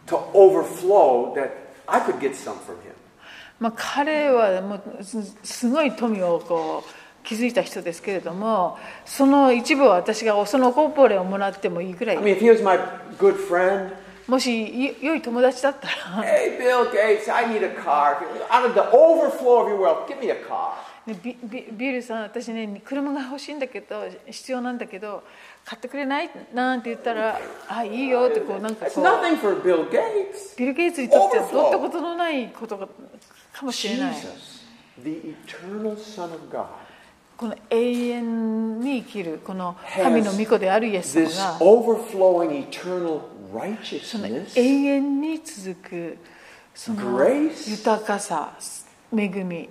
to overflow that I could get some from him. まあ、彼はもうすすごい富をこう築いた人ですけれどもその一部は私がそのコーポレをもらってもいいぐら I い mean, if he was my good friend, もしい良い友達だったら hey, Bill Gates, I need a car. Out of the overflow of your wealth, give me a car. ねビビビルさん私ね車が欲しいんだけど必要なんだけど買ってくれないなんて言ったら「あいいよ」ってこうなんか It's こう nothing for Bill Gates. ビル・ゲイツにとってはどうったことのないことがかもしれない Jesus, the eternal Son of God, この永遠に生きるこの神の御子であるイエス this 様が overflowing eternal その righteousness, 永遠に続くその Grace 豊かさ恵み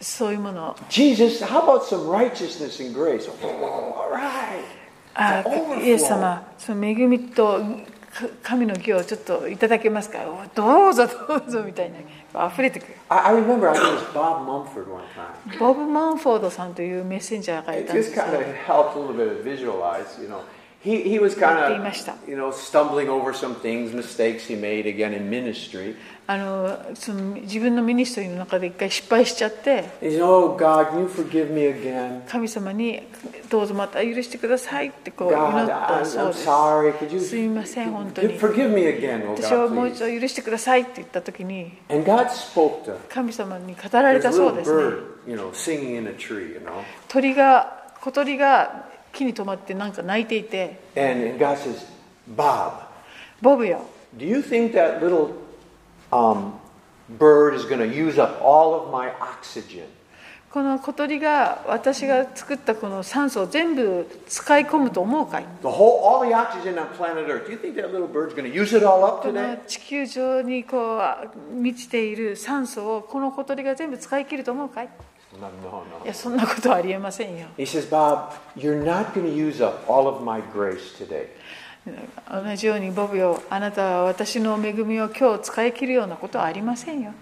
そういうものを Jesus, how about some righteousness and grace? All right. あ overflow. イエス様その恵みとか神の義をちょっといただけますかおどうぞどうぞみたいな溢れてくる I, I remember I think it was Bob Mumford one time. ボブ・マンフォードさんというメッセンジャーがい It たんで just すけど kind of helped a little bit to visualize, you know. He, he was kind 言っていました。 of, you know, stumbling over some things, mistakes he made again in ministry. あのその自分のミニストリーの中で一回失敗しちゃって He said, oh, God, can you forgive me again. 神様にどうぞまた許してくださいってこう God, 祈った I'm, そう I'm です sorry. Could す you みません本当 give- に forgive me again, oh 私を God, もう一 please. 度許してくださいって言った時に And God spoke to 神様に語られ this たそう little ですね bird, you know, singing in a tree, you know. 鳥が小鳥が木に止まってなんか鳴いていて And, and God says, Bob, ボブよ do you think that little um, bird is going to use up all of my oxygen? この小鳥が私が作ったこの酸素を全部使い込むと思うかい The whole, all the oxygen on planet Earth. Do you think that little bird's going to use it all up この today? 地球上にこう満ちている酸素をこの小鳥が全部使い切ると思うかい No, no, い no. やそんなことはありえませんよ He says, Bob, you're not going to use up all of my grace today. 同じようにボブよあなたは私の恵みを今日使い切るようなことはありませんよ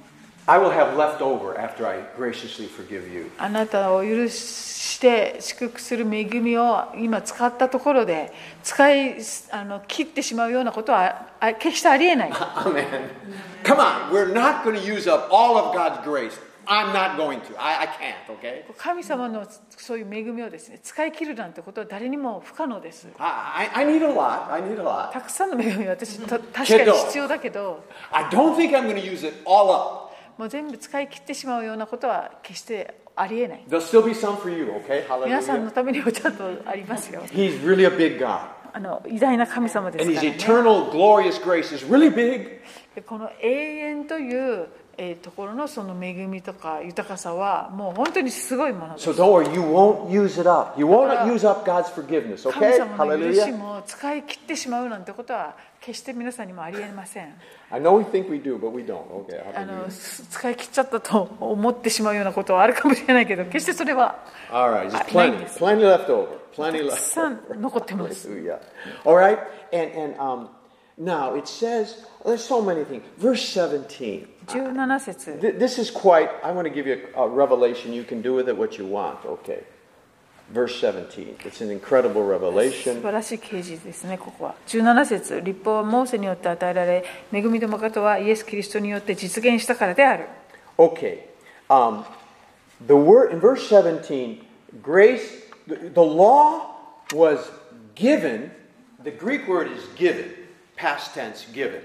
I will have left over after I graciously forgive you. あなたを許して祝福する恵みを今使ったところで使いあの切ってしまうようなことはあ決してありえない Amen. Come on, we're not going to use up all of God's grace. I'm not going to. I, I can't, okay? 神様のそういう恵みをですね使い切るなんてことは誰にも不可能です I, I, I need a lot. I need a lot. たくさんの恵みは私た確かにけど必要だけど I don't think I'm going to use it all up. もう全部使い切ってしまうようなことは決してありえない There'll still be some for you, okay? 皆さんの Hallelujah. ためにもちゃんとありますよ He's really a big God. あの偉大な神様で And す his から、ね、 eternal, glorious grace is really big. でこの永遠という、えーところのその恵みとか豊かさはもう本当にすごいものです So don't worry, you won't use it up. You won't use up God's forgiveness, 神 okay? 様の許し Hallelujah. も使い切ってしまうなんてことは決して皆さんにもありえません I know we think we do, but we don't. Okay. あ Hallelujah. のす使い切っちゃったと思ってしまうようなことはあるかもしれないけど決してそれは All right, あ just ないん plenty, です plenty left over. た Plenty く left さん残ってます Hallelujah. All right, and and um, now it says there's so many things. Verse 17. 17節 Th- this is quite. I want to give you a, a revelation. You can do with it what you want. Okay. Verse 17. It's an incredible 素 revelation. 晴らしい啓示ですねここは17節立法はモーセによって与えられ恵みと誠はイエス・キリストによって実現したからである Okay. Um, the word in verse 17, grace. The, the law was given. The Greek word is given. Past tense, given.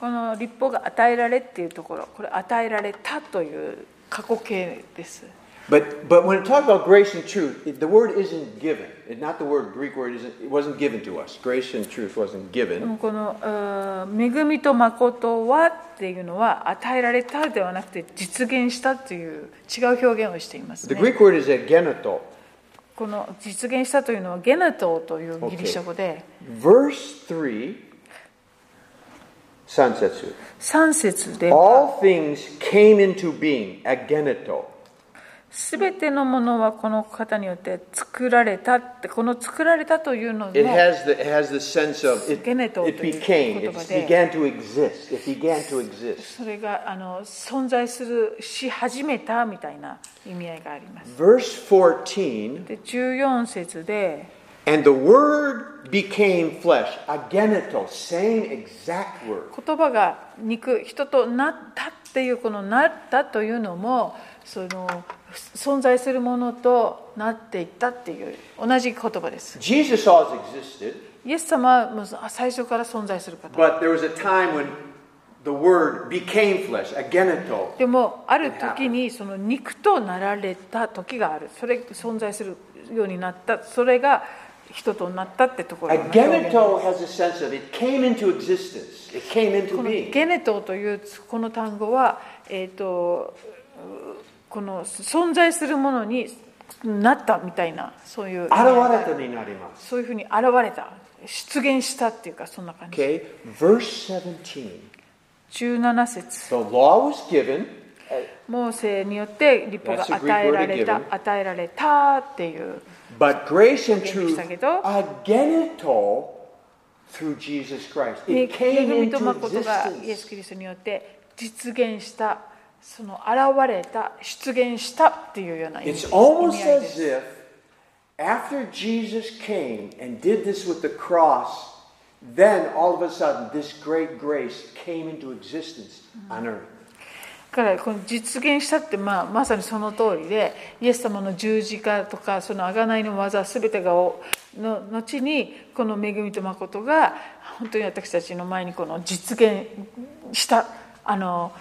この立法が与えられっていうところこれ与えられたという過去形です But but when it talks about grace and truth, it- the word isn't given. It, not the word Greek word isn't. It wasn't given to us. Grace and truth wasn't で given. もこのうー「恵みと誠は」っていうのは与えられたではなくて実現したという違う表現をしています The ね Greek word is ageneto. この実現したというのはゲネトーというギリシャ語で Verse three. Sansetsu. 3節で All things came into being. Ageneto. 全てのものはこの方によって作られたってこの作られたというのも It has the it has the sense of it, Ageneto it という became. It 言葉で。 began to exist. It began to exist. それがあの存在するし始めたみたいな意味合いがあります Verse fourteen. で14節で And the word became flesh. Agenito, same exact word. 言葉が肉人となったっていうこのなったというのもその存在するものとなっていったっていう同じ言葉です Jesus always existed, イエス様も最初から存在する方 but there was a time when the word became flesh, agenito. でもある時にその肉となられた時があるそれ存在するようになったそれが人となったってところの表現 Agenito has a sense of it came into existence, it came こ into の being. ゲネトというこの単語は、えー、とこの存在するものになったみたいなそういう現れたになります。そういうふうに現れた出現したっていうかそんな感じ Okay, verse 17. 17節 The law was given, モーセによって立法が That's a Greek 与えられ word た again. 与えられたっていう but grace and truth 言及したけど、 agenito through Jesus Christ. 恵 It came みと into 誠がイエス・ existence. キリストによって実現したその現れた出現したっていうような意味 It's です almost 意味合いで as す if after Jesus came and did this with the cross, then all of a sudden this great grace came into existence on earth. だからこの実現したって、まあ、まさにその通りでイエス様の十字架とかその贖いの技全てがおの後にこの恵みと誠が本当に私たちの前にこの実現したあの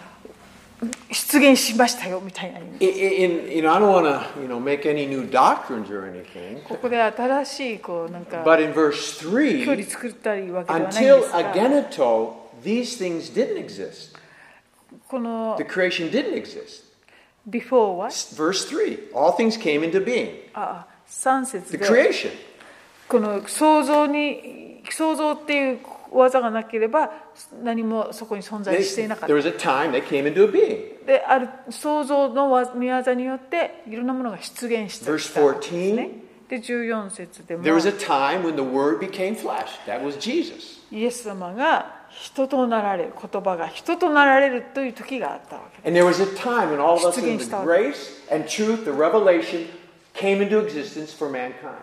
出現しましたよみたいな意味 I- I- In, you know, I don't want to you know make any new doctrines or anything, ここで新しいこうなんか but in verse 距 three, 離作ったりわけではないんで until すが agenito, these things didn't exist. この The creation didn't exist. before は Verse three, all things came into being. ああ3節 The で creation. この想像に想像っていう技がなければ何もそこに存在 They- していなかっ there was a time they came into being. たである想像の技見業によっていろんなものが出現して Verse きたんですね14で14節でも There was a time when the Word became flesh. That was Jesus. イエス様が人となられる言葉が人となられるという時があったわけ And there was a time when all of us in the 出現したわけ。 grace and truth, the revelation, came into existence for mankind.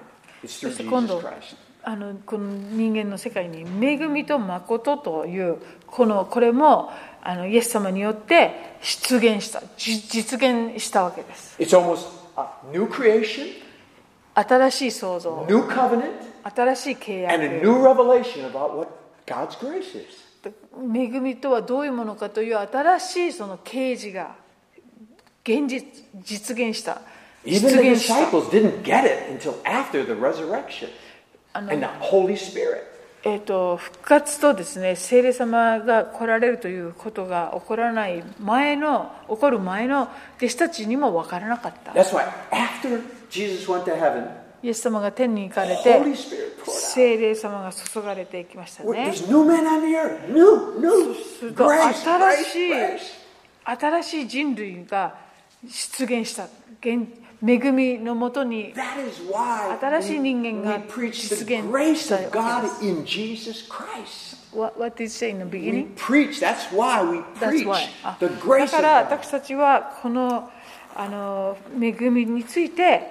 It's そ through して今 Jesus 度 Christ. あのこの人間の世界に恵みと誠というこのこれもあのイエス様によって出現したじ実現したわけです It's almost a new creation, 新しい創造 new covenant, 新しい契 and 約 a new revelation about what God's grace is. 恵みとはどういうものかという新しいその啓示が現実実現した Even the 出現した disciples didn't get it until after the resurrection あの and the Holy Spirit. えー、と復活とですね聖霊様が来られるということが起こらない前の起こる前の弟子たちにも分からなかった That's why after Jesus went to heaven, イエス様が天に行かれ Holy て Spirit poured out. 聖霊様が注がれていきました We're- ね There's new men on the earth. New, new. すごい Grace, 新 grace, しい grace. 新しい人類が出現した現恵みのもとに That is why 新しい人間が we, we preach the 実現 grace of したわけで God す。in Jesus Christ. What, what did you say in the We beginning? preach, that's why we That's preach why. Ah. あ the grace of だから God. 私たちはこのあの恵みについて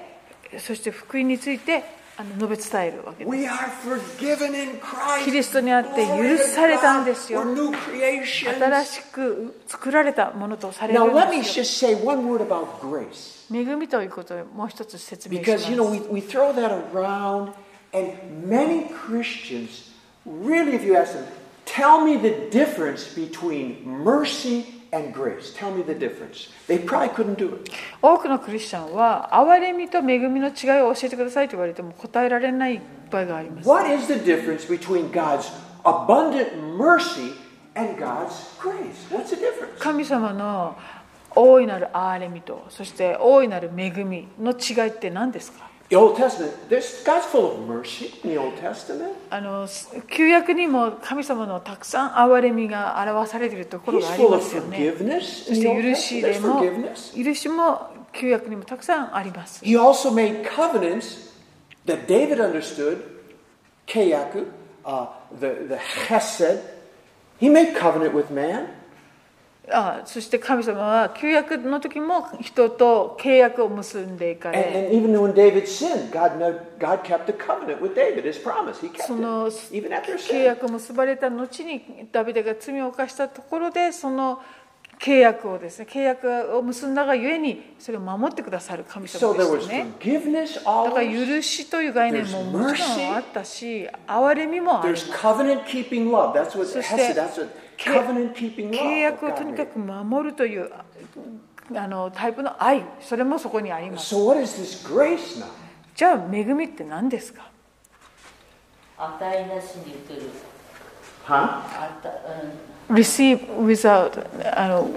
そして福音についてあの述べ伝えるわけです We are forgiven in Christ. キリストにあって Glory to 許されたんですよ God. We're new creations. 新しく作られたものとされる Now, ん let me ですよ just say one word about grace. 恵みということをもう一つ説明しま Because, す you know, we, we throw that around, and many Christians, really, if you ask them, tell me the difference between mercy and grace. Tell me the difference. They probably couldn't do it. 多くのクリスチャンは憐れみと恵みの違いを教えてくださいと言われても答えられない場合があります What is the difference between God's abundant mercy and God's grace? What's the difference? 神様の大いなる憐れみとそして大いなる恵みの違いって何ですか The Old Testament, there's, God's full of mercy in the Old Testament. あの旧約にも神様のたくさん憐れみが表されているところ He's があり full ま of すよね forgiveness in そし the Old て許し Testament. で There's も forgiveness. 許しも旧約にもたくさんあります He also made covenants that David understood, Kayaku, uh, the, the Chesed. He made covenant with man. あそして神様は旧約の時も人と契約を結んでいか And, れ and even when David sinned, God, ne- God kept the covenant with David, his promise. He kept その it. Even after 契 sin. 約を結ばれた後にダビデが罪を犯したところでその契約をですね契約を結んだがゆえにそれを守ってくださる神 So 様 there で was すね forgiveness だから always. 許しという概念も There's もちろ mercy. んあったし憐れみもある There's covenant keeping love. That's what そして、 Hesed, that's what け- covenant keeping love. 契 of 約をと God にか made. く守るというあのタイプの愛それもそこにあります So what is this grace now? じゃあ恵みって何ですか値なしに受ける。 Huh? あた、うん。 receive without あの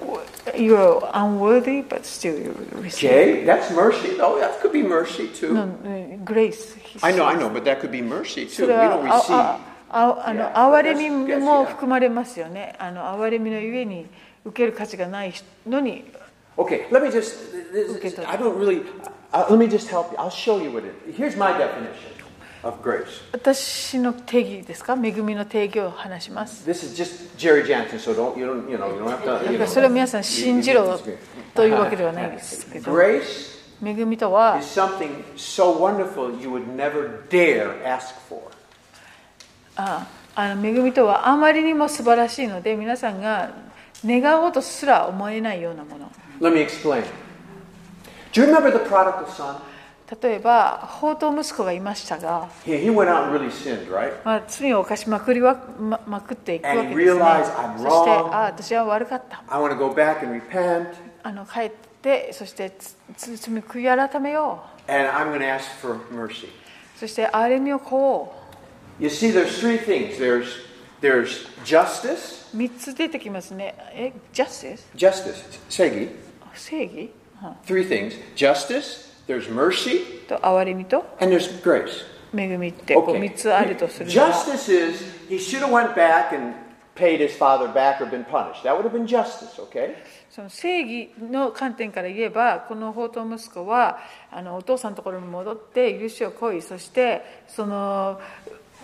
you're unworthy but still you receive Okay, that's mercy though. That could be mercy too. no, no, grace I know, I know, but that could be mercy そ too. We れは don't あ receive. あああの Yeah, 憐れ that's- み that's- yeah. も含まれますよねあの憐れみのゆえに受ける価値がないのに Okay, let me just. This, Okay, so- I don't really. Uh, let me just help you. I'll show you what it. Here's my definition of grace. 私の定義ですか恵みの定義を話します。 This is just Jerry Jansen, so don't you don't you know you don't have to. だ You からそれを know, 皆さん信じろというわけではないですけど、 grace 恵みとは is something so wonderful you would never dare ask for. ああの恵みとはあまりにも素晴らしいので皆さんが願おうとすら思えないようなもの Let me explain. Do you remember the prodigal son? 例えば宝刀息子がいましたが、 He, he went out and really sinned, right? まあ、罪を犯しまくりわままくっていくわけ And ですね realize I'm そして wrong. あ私は悪かった I want to go back and repent, あの帰ってそしてつつ罪を悔い改めよ and I'm going to ask for mercy. うそして憐れみをこ You see, there's three things. There's there's justice, う3つ出てきますねえジャスティス justice, segi. 正義、う Three things: justice. There's mercy, んと憐れみと and there's grace. 恵みってこう3つあるとするなら Justice is he should have went back and paid his father back or been punished. That would have been justice, okay? その正義の観点から言えばこの宝刀息子はあのお父さんのところに戻って許しをこいそしてその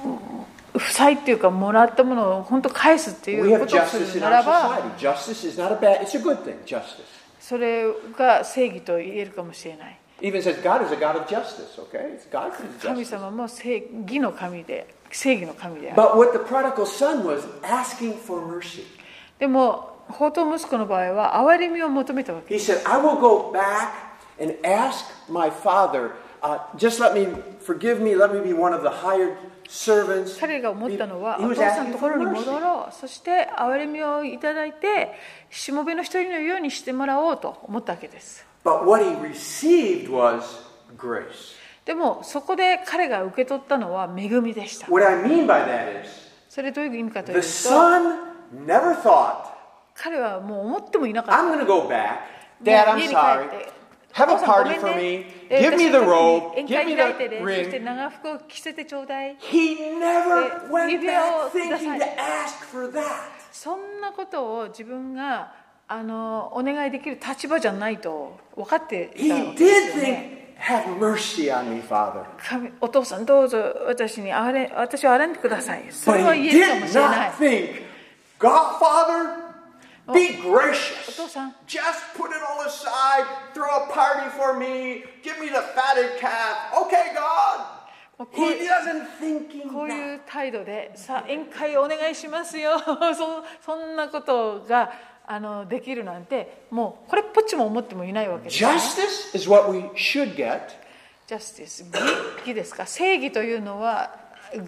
うん負債っていうかもらったものを本当返すってい We うこ have とをす justice る in な our らば society. Justice is not a bad. It's a good thing. Justice. それが正義と言えるかもしれない Even says God is a God of justice. Okay, it's God is 神 justice. 様も正義の神で正義の神である But what the prodigal son was asking for mercy. でも宝刀息子の場合は憐れみを求めたわけ He said, I will go back and ask my father, uh, just let me, forgive me, let me be one of the hired servants. 彼が思ったのは He お父 was さん asking のとこ for ろに戻 mercy. ろうそして憐れみをいただいてしもべの一人のようにしてもらおうと思ったわけです But what he received was grace. でもそこで彼が受け取ったのは恵みでした What I mean by that is, それどういう意味かという the と son never thought, 彼はもう思ってもいなか I'm っ going to go back. た Dad, も I'm う家に帰っ sorry. て Have お a 父さん party ご for me. めんねえ Give me the 私 robe. Give me the ring. の時に宴会開いてねそして長服を着せてちょうだい He never Eh, went 指輪を back くださ thinking to い。ask for that. そんなことを自分があのお願いできる立場じゃないと分かっていたわ He けです did よね think, have mercy on me, Father. 神お父さんどうぞ私にあれ私をあらんでくださいそれは But 言 he えるかも did しれない not think, God, Father, be gracious. お父さん。 Just put it all aside. Throw a party for me. Give me the fatted calf. Okay, God. もうこう He doesn't thinking こう that. いう態度でさあ宴会お願いしますよ そそんなことがあのできるなんてもうこれっぽっちも思ってもいないわけです、ね、 Justice is what we should get. ジャスティス義義ですか正義というのは Is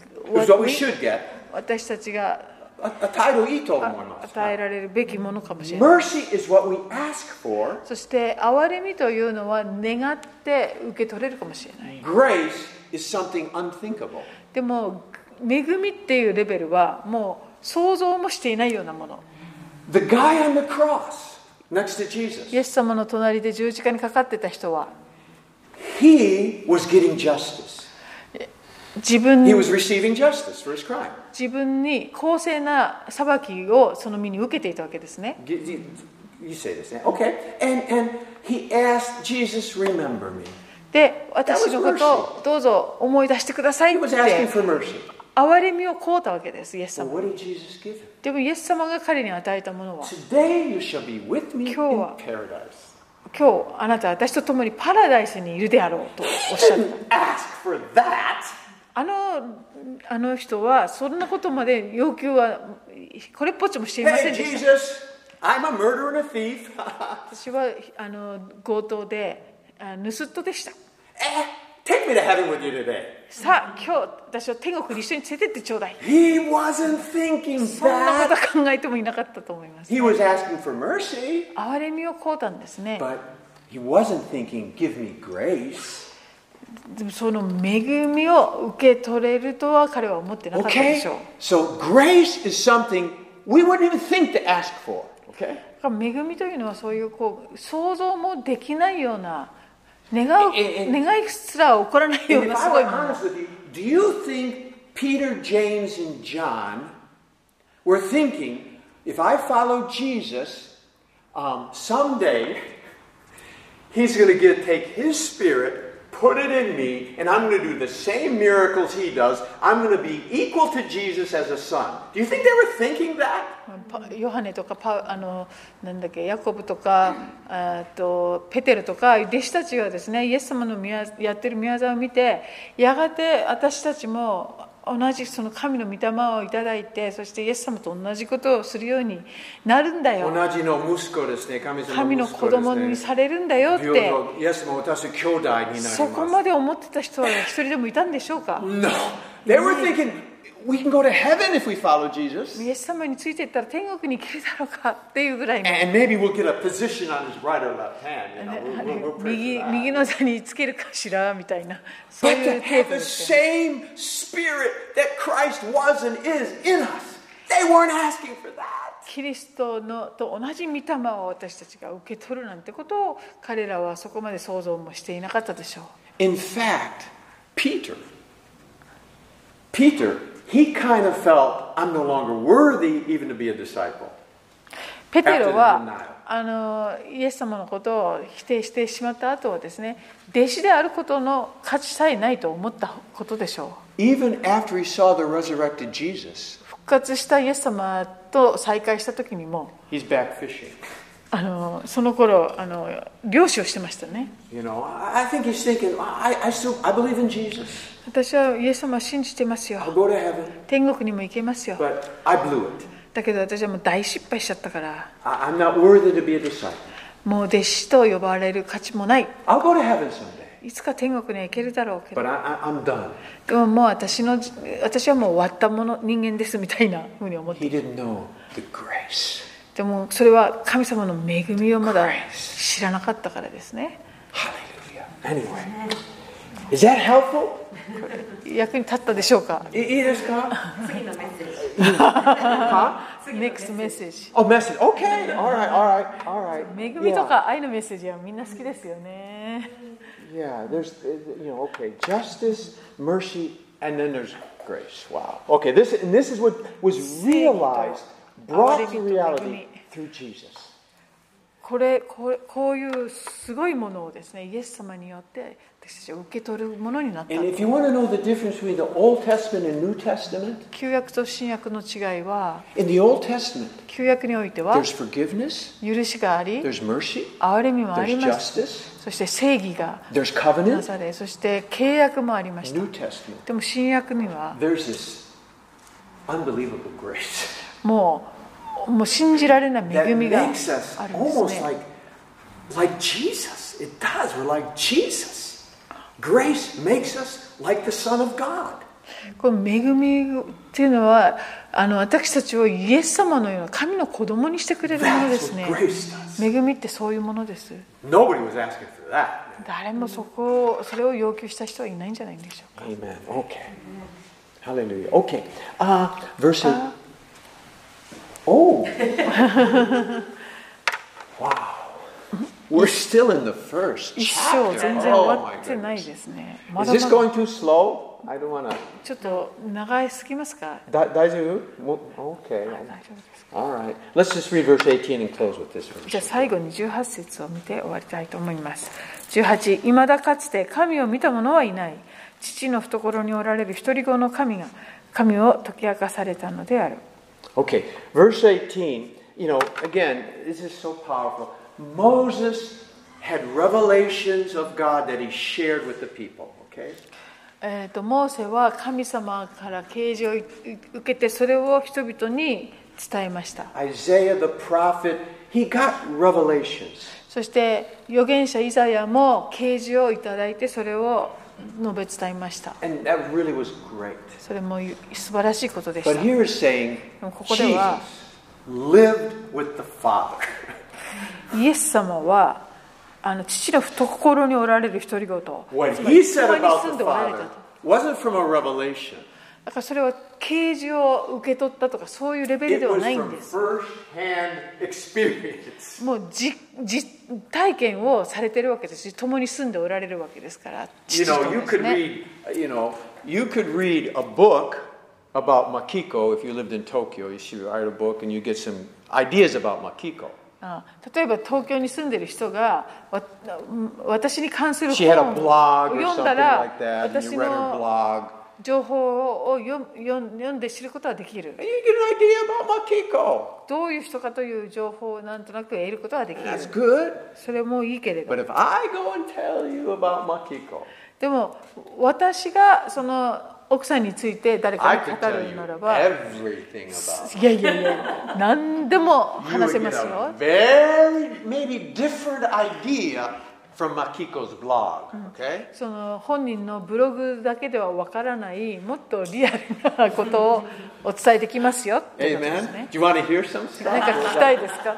what we should get. 私たちが A, a title ito 与えられるべきものかもしれない Mercy is what we ask for. そして憐れみというのは願って受け取れるかもしれない Grace is something unthinkable. でも恵みっていうレベルはもう想像もしていないようなもの The guy on the cross next to Jesus, イエス様の隣で十字架にかかってた人は he was getting justice. 自分 He was receiving justice for his crime. 自分に公正な裁きをその身に受けていたわけですね You- You you say this now. Okay. And, and he asked Jesus, remember me. で私のこ That was とをどうぞ思い出してください He っ was asking て for mercy. 憐憐れみをこうたわけです、イエス So 様。 what did Jesus give him? でもイエス様が彼に与えたものは、 Today you shall be with me in Kyoa. paradise. 今日あなたは私と共にパラダイスにいるであろうとおっしゃった。 Ask for that. あのあの人はそんなことまで要求はこれっぽっちもしていま Hey せんでした。 Jesus, I'm a murderer and a thief. 私はあの強盗であ盗っ人でした。 Eh, Take me to heaven with you today. さあ今日私を天国に一緒に連れてってちょうだい。 He wasn't thinking そんなこ that. と考えてもいなかったと思います。 He was asking for mercy, 憐れみをこうたんですね。 but he wasn't thinking, give me grace. でもその恵みを受け取れるとは彼は思ってなかったでしょう Okay?。So grace is something we wouldn't even think to ask for. Okay? だから恵みというのはそういうこう想像もできないような願うえええ願いすら起こらないよう And な if す I ごい were も honest の with you, do you think Peter, James, and John were thinking, if I follow Jesus, um, someday he's going to get take his spirit, put it in me, and I'm going to do the same miracles he does. I'm going to be equal to Jesus as a son. Do you think they were thinking that? パヨハネとかパあのなんだっけヤコブとかあとペテルとか弟子たちがですねイエス様の宮やってる宮沢を見てやがて私たちも同じその神の御霊をいただいてそしてイエス様と同じことをするようになるんだよ神の子供にされるんだよってそこまで思ってた人は一人でもいたんでしょうか No. They were thinking, we can go to heaven if we follow Jesus. イエス様についていったら天国に行けるだろうかっていうぐらいの And maybe we'll get a position on his right or left hand. You ね know, we'll, we'll, we'll pray 右 for that. 右の座につけるかしらみたいなそう But い to うテ have ープで the すよ same spirit that Christ was and is in us, they weren't asking for that. キリストのと同じ御霊を私たちが受け取るなんてことを彼らはそこまで想像もしていなかったでしょう In fact, Peter, Peter, he kind of felt, I'm no longer worthy even to be a disciple. ペテロは After あのイエス様のことを否定してしまった後はですね弟子であることの価値さえないと思ったことでしょう Even after he saw the resurrected Jesus, 復活したイエス様と再会した時にも he's back fishing. あのその頃あの漁師をしてましたね You know, I I think he's thinking, I, I still, I believe in Jesus. 私はイエス様を信じてますよ I'll go to heaven. 天国にも行けますよ But I blew it. だけど私はもう大失敗しちゃったから I, I'm not worthy to be a disciple. もう弟子と呼ばれる価値もない I'll go to heaven someday. いつか天国には行けるだろうけど But I, I, I'm done. でももう私の私はもう終わったもの人間ですみたいなふうに思って He didn't know the grace. でもそれは神様の恵みをまだ知らなかったからですね Hallelujah. Anyway, is that helpful? E, 役に立ったでしょうか I- I- this car? 次のメッセージ。 Huh? 次のメッセ NEXT ージメッセージ Oh, message. Okay. All right. All right. All right. 恵みと Yeah. か愛のメッセージはみんな好きですよね yeah. There's, uh, you know, okay. Justice, mercy, and then there's grace. Wow. Okay. This and this is what was realized, brought to reality through Jesus. これこれこういうすごいものをですねイエス様によって私たちは受け取るものになった And if you want to know the difference between the Old Testament and New Testament, 旧約と新約の違いは in the Old Testament, 旧約においては there's forgiveness, 許しがあり there's mercy, 憐れみもあり there's ました justice, そして正義が there's な covenant. されそして契約もありました New Testament, でも新約には there's this unbelievable grace もうもう信じられない that 恵みがあるん makes です us ね almost like like Jesus. It does. We're like Jesus. Grace makes us like the Son of God. この恵みっていうのはあの私たちをイエス様のような神の子供にしてくれるもので That's す what ね grace does. 恵みってそういうものです Nobody was asking for that. 誰もそこをそれを要求した人はいないんじゃないでしょうか Amen. Okay. Hallelujah. Okay. Uh, verse eight. Oh. wow. We're still in the first 一生 chapter. 全然 Oh 終 my わってない goodness. ですねま Is だ this まだ going too slow? I don't wanna. ちょっと長すぎますか Da- Daiju? Mo- Okay. 大丈夫ですか All right. Let's just read verse 18 and close with this じゃあ verse. 最後に18節を見て終わりたいと思います18いまだかつて神を見た者はいない父の懐におられる一人子の神が神を解き明かされたのである。 Okay, verse 18, you know, again, this is so powerful. Moses had revelations of God that he shared with the people, okay? えー、とモーセは神様から啓示を受けてそれを人々に伝えました Isaiah the prophet, he got revelations. そして預言者イザヤも啓示をいただいてそれを述べ伝えました And that really was great. それも素晴らしいことでし But た here is saying, でもここでは- Jesus lived with the Father. イエス様はあの父の懐におられる独り言 What つま he り said 共に about 住ん the でおられた Father と wasn't from a revelation. だからそれは啓示を受け取ったとかそういうレベル It では was ないん from です first-hand experience. もう実実体験をされてるわけですし共に住んでおられるわけですから You 父と know, you で could すね read, you know, you could read a book about Makiko if you lived in Tokyo. You should write a book and you get some ideas about Makiko. あ例えば東京に住んでる人がわ私に関する She had 本 a を blog or 読ん something だ like that. ら And 私 you read her の blog. 情報を読む読ん読んで知ることはできる And you get an idea about Makiko. どういう人かという情報をなんとなく得ることはできる That's good. それもいいけれ But ど if I go and tell you about Makiko, でも私がその奥さんについて誰 I かに could 語 tell る you ならば everything about いやいやいや何でも you 話せ would ま get す a よ very maybe different idea from Makiko's blog, okay? その本人のブログだけではわからないもっとリアルなことをお伝えできますよっていうことです Amen. ね Do you want to hear some stuff? 何か聞きたいですか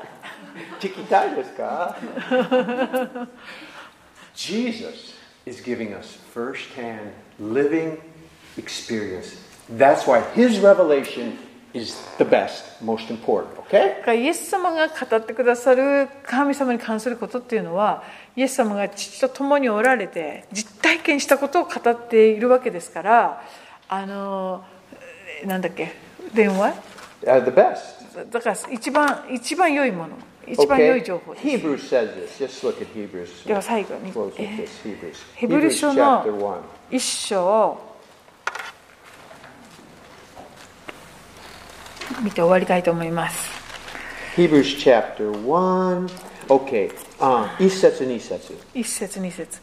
Jesus is giving us firsthand living experience. That's why his revelation is the best, most important, okay? だからイエス様が語ってくださる神様に関することっていうのはイエス様が父と共におられて実体験したことを語っているわけですからあのえーなんだっけ電話 Uh, the best. だから一番一番良いもの一番良い Okay? 情報です Hebrews says this. Just look at Hebrews. では最後に Close with this. Hebrews. ヘブル Hebrews 書 chapter の 1. 一章を見て終わりたいと思います。 Hebrews chapter 1. Okay. Uh, 一節二節。一節二節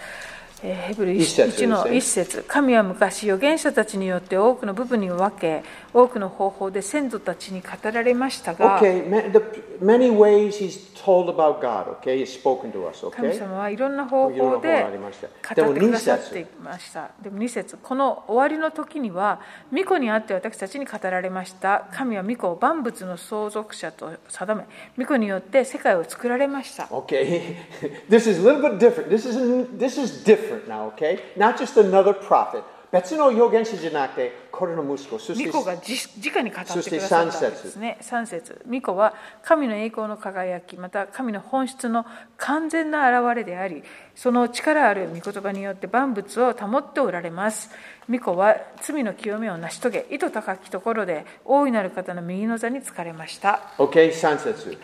えーヘブル一節ですね1の一節神は昔預言者たちによって多くの部分に分け多くの方法で先祖たちに語られましたが、 Okay, ma- the, many ways he's told about God, okay? He's spoken to us, 神 okay? 様はいろんな方いろんな方法法でがありましたで語もってくださっていましたでも2節この終わりの時には巫女にあって私たちに語られました神は巫女を万物の相続者と定め巫女によって世界を作られました Okay, this is a little bit different. This is, this is different now, okay? Not just another prophet. 別の預言者じゃなくて、これの息子、そして巫女がじ直に語ってくださったわけですね。3節巫女は神の栄光の輝き、また神の本質の完全な現れであり、その力ある御言葉によって万物を保っておられます。巫女は罪の清めを成し遂げ、意図高きところで大いなる方の右の座につかれました。 Okay, 3節。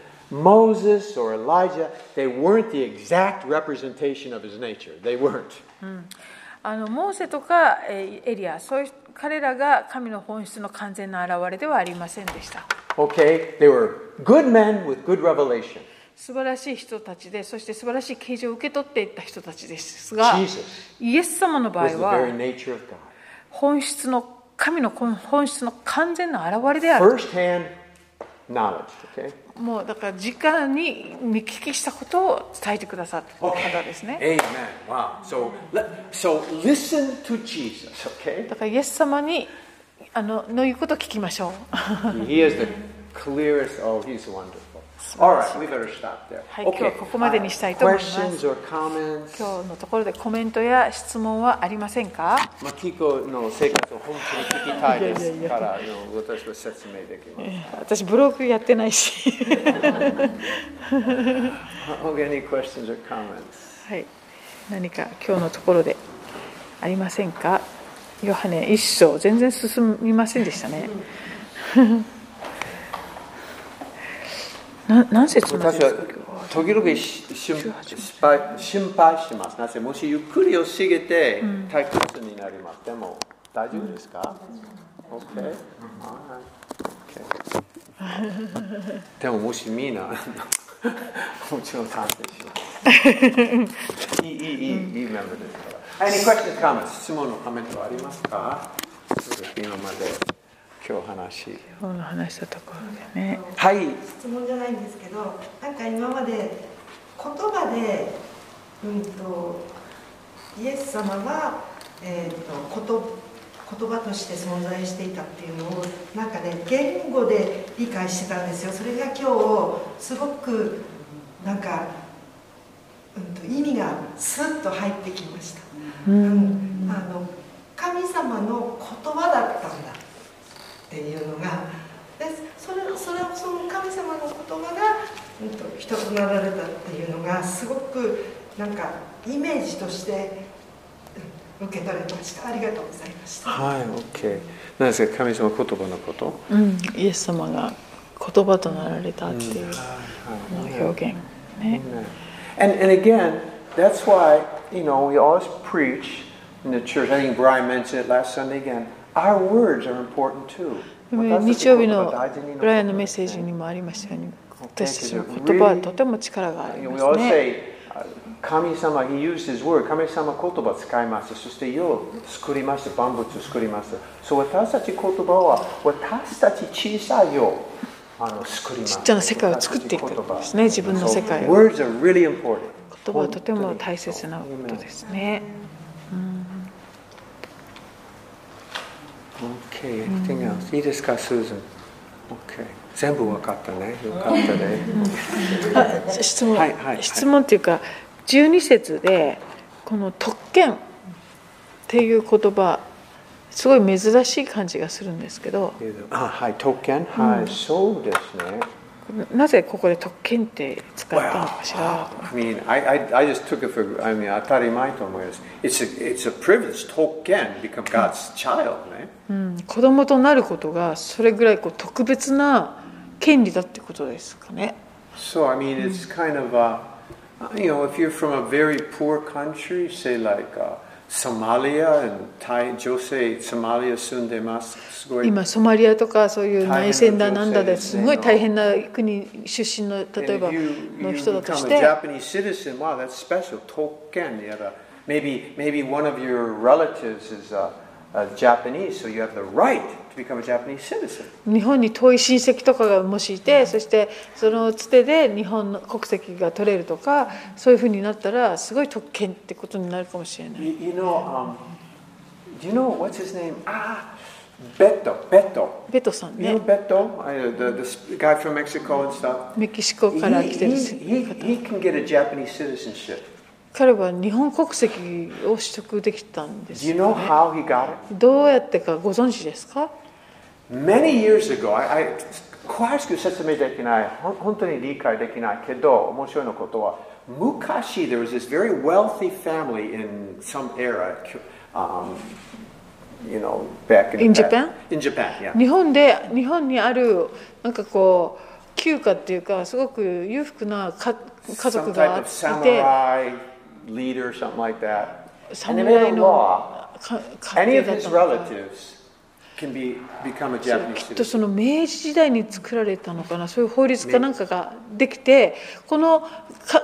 Moses or Elijah, they weren't the exact representation of his nature. They weren't. あのモーセとかえーエリア、そういう彼らが神の本質の完全な現れではありませんでした。 Okay, they were good men with good revelation. 素晴らしい人たちでそして素晴らしい啓示を受け取っていった人たちですが Jesus イエス様の場 Was 合 the very は nature of God. 本質の神の本質の完全な現れである First hand knowledge, okay? もうだから直に見聞きしたことを伝えてくださった方ですね Amen. Wow. So, let, so listen to Jesus, okay? だからイエス様にあのの言うことを聞きまし ょう He is the clearest. Oh, he's wonderful. All right, we better stop there. はい、今日はここまでにしたいと思います。 questions or comments? 今日のところでコメントや質問はありませんかマキコの生活を本当に聞きたいですから、私は説明できます。私ブログやってないし Okay, any questions or comments? はい、何か今日のところでありませんかヨハネ一章全然進みませんでしたね な何節までですか今日は私は時々心配します。なぜもしゆっくりを過ぎて退屈になります。でも大丈夫ですか Okay. All right. Okay. でももしみんな、もちろん探偵します。いい、いい、いい、いいメンバーですから。Any questions, comments? 質問のコメントはありますか今まで今日話。今日の話したところでねはい。質問じゃないんですけどなんか今まで言葉で、うん、とイエス様は、えー、とこと言葉として存在していたっていうのをなんかね言語で理解してたんですよそれが今日すごくなんか、うん、と意味がスッと入ってきました、うんあの神様の言葉だったんだっていうのがでそれそれをその神様の言葉が、うん、と人となられたっていうのがすごくなんかイメージとしてうん受け取れましたありがとうございました。はい、OK。何ですか、神様言葉のことうんイエス様が言葉となられたっていう表現ね Amen. And, and again, that's why, you know, we always preach in the church. I think Brian mentioned it last Sunday again. Our words are important too. でも日曜日のブライアンのメッセージにもありましたように私たちの言葉はとても力があり You know, ま We す always ね say, uh, 神様, he used his word. 神様言葉使います。そして世を作りました。万物を作ります。そう私たち言葉は私たち小さい世をあの作ります。ちっちゃな世界を作っていくことですね。自分の世界を So, words are really important. 言葉はとても大切なことですね Okay, anything else? いいですか、スーズン。Okay. 全部わかったね。よかったね。あ質問、はいはいはい質問っていうか12節でこの「特権」っていう言葉すごい珍しい感じがするんですけどあ、はい、特権。はい、そうですね。なぜここで「特権」って使ったのかしら I mean, I, I, I just took it for, I mean, 当たり前と思います。It's a, it's a privilege, 特権 become God's child ね。うん子供となることがそれぐらいこう特別な権利だってことですかね。 So, I mean, it's kind of, uh, you know, if you're from a very poor country, say like uh, Somalia and Thai, 女性、Somalia 住んでます。すごい。今ソマリアとかそういう内戦大だ変ななんだ情勢でですすねごい大変な国出身の And 例え if ば you, の you 人だと become し a て Japanese citizen, wow, that's special. Token, you have a, maybe maybe one of your relatives is a, a Japanese, so you have the right to become a Japanese citizen. 日本に遠い親戚とかがもしいてそしてそのつてで日本の国籍が取れるとかそういうふうになったらすごい特権ってことになるかもしれない You, you know, um, do you know what's his name? Ah, Beto. Beto. ベトさん You know ね Beto, I, uh, the, this guy from Mexico and stuff. メキシコ He, から来て he, he, る方 he can get a Japanese citizenship. 彼は日本国籍を取得できたんで Do す you know よ、ね、 how he got it? どうやってかご存知ですか Many years ago, I, I, 詳しく説明できない、ほん本当に理解できないけど、面白いのことは、昔、there was this very wealthy family in some era, um, you know, back in, In the past- Japan? In Japan, yeah. 日本で日本にあるなんかこう旧家っていうかすごく裕福なか家 Some 族 type がい of て samurai leader, something like that. And they made 侍 a の law. か Any 家庭 of だっ his たのか relatives can be, become a Japanese きっと citizen. その明治時代に作られたのかなそういう法律かなんかができてこのか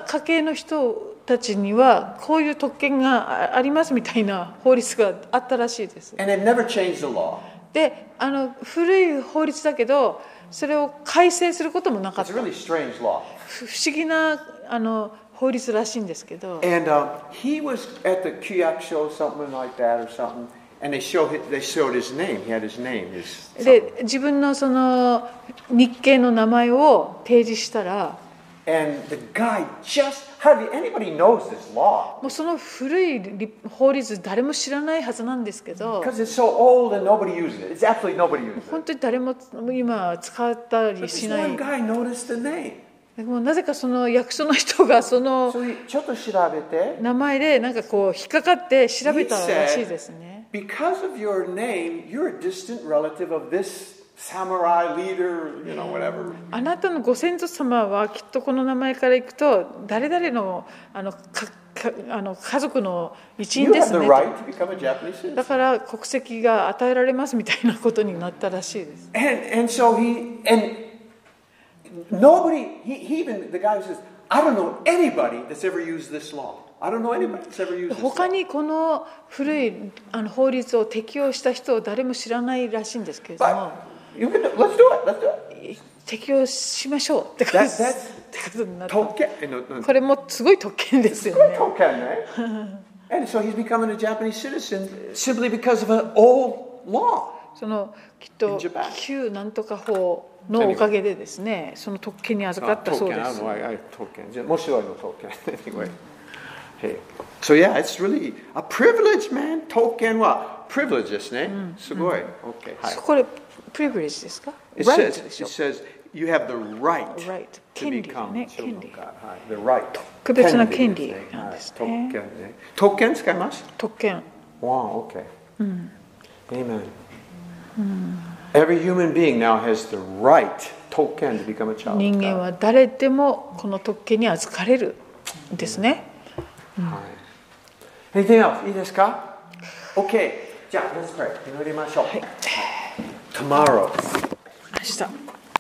家系の人たちにはこういう特権があありますみたいな法律があったらしいです And they've never changed the law. であの古い法律だけどそれを改正することもなかっ It's た a really strange law. 不思議なあの法律らしいんですけど And um, he was at the Kyoto show, something like that, or something. And they showed his, they showed his name. He had his name. His で自分のその日系の名前を提示したら and the guy just hardly anybody knows this law もうその古い立法律誰も知らないはずなんですけど because it's so old and nobody uses it. It's absolutely nobody uses it. 本当に誰も今使ったり But し this な one い guy noticed the name. もうなぜかその役所の人がその So he ちょっと調べて名前でなんかこう引っかかって調べ he たらしい said, ですね because of your name, you're a distant relative of this samurai leader, you know, whatever. あなたのご先祖様はきっとこの名前からいくと誰々のあのかかあの家族の一員 You で have す the ね right to become a Japanese だ citizen. から国籍が与えられますみたいなことになったらしいです And, and so he, and nobody, he, he even, the guy who says, I don't know anybody that's ever used this law. I don't know anybody that's ever used this 他 law. にこの古いあの法律を適用した人を誰も知らないらしいんですけれども But you can, do- let's do it, let's do it. 適用しましょうってことです That- ってことになったこ Token, no, no, れもすごい特権ですよね token, eh? And so he's becoming a Japanese citizen simply because of an old law. そのきっ In と Japan. 旧なんとか法のおかげでですねその特権に預かったそうで I don't す know. I, I token. Yeah, Most of I know token. anyway. Hey. So yeah, it's really a privilege, man. Token what? Privilege ですね。すごい。Okay. はい。これプリブレッジですか It ライ says, ト it でしょ says, you have the right Right. to 権利だ become ね children 権 of 利 God. はい。The right. 特別な権利権利ですね。なんですね。はい。特権ね。特権使います特権 Wow, okay. Amen. Every human being now has the right, token, to become a child 人 of 間 God. は誰でもこの特権に預かれるんですねはい。Anything else? いいですか ?OK。じゃあ、Let's pray. 祈りましょう。Tomorrow. 明日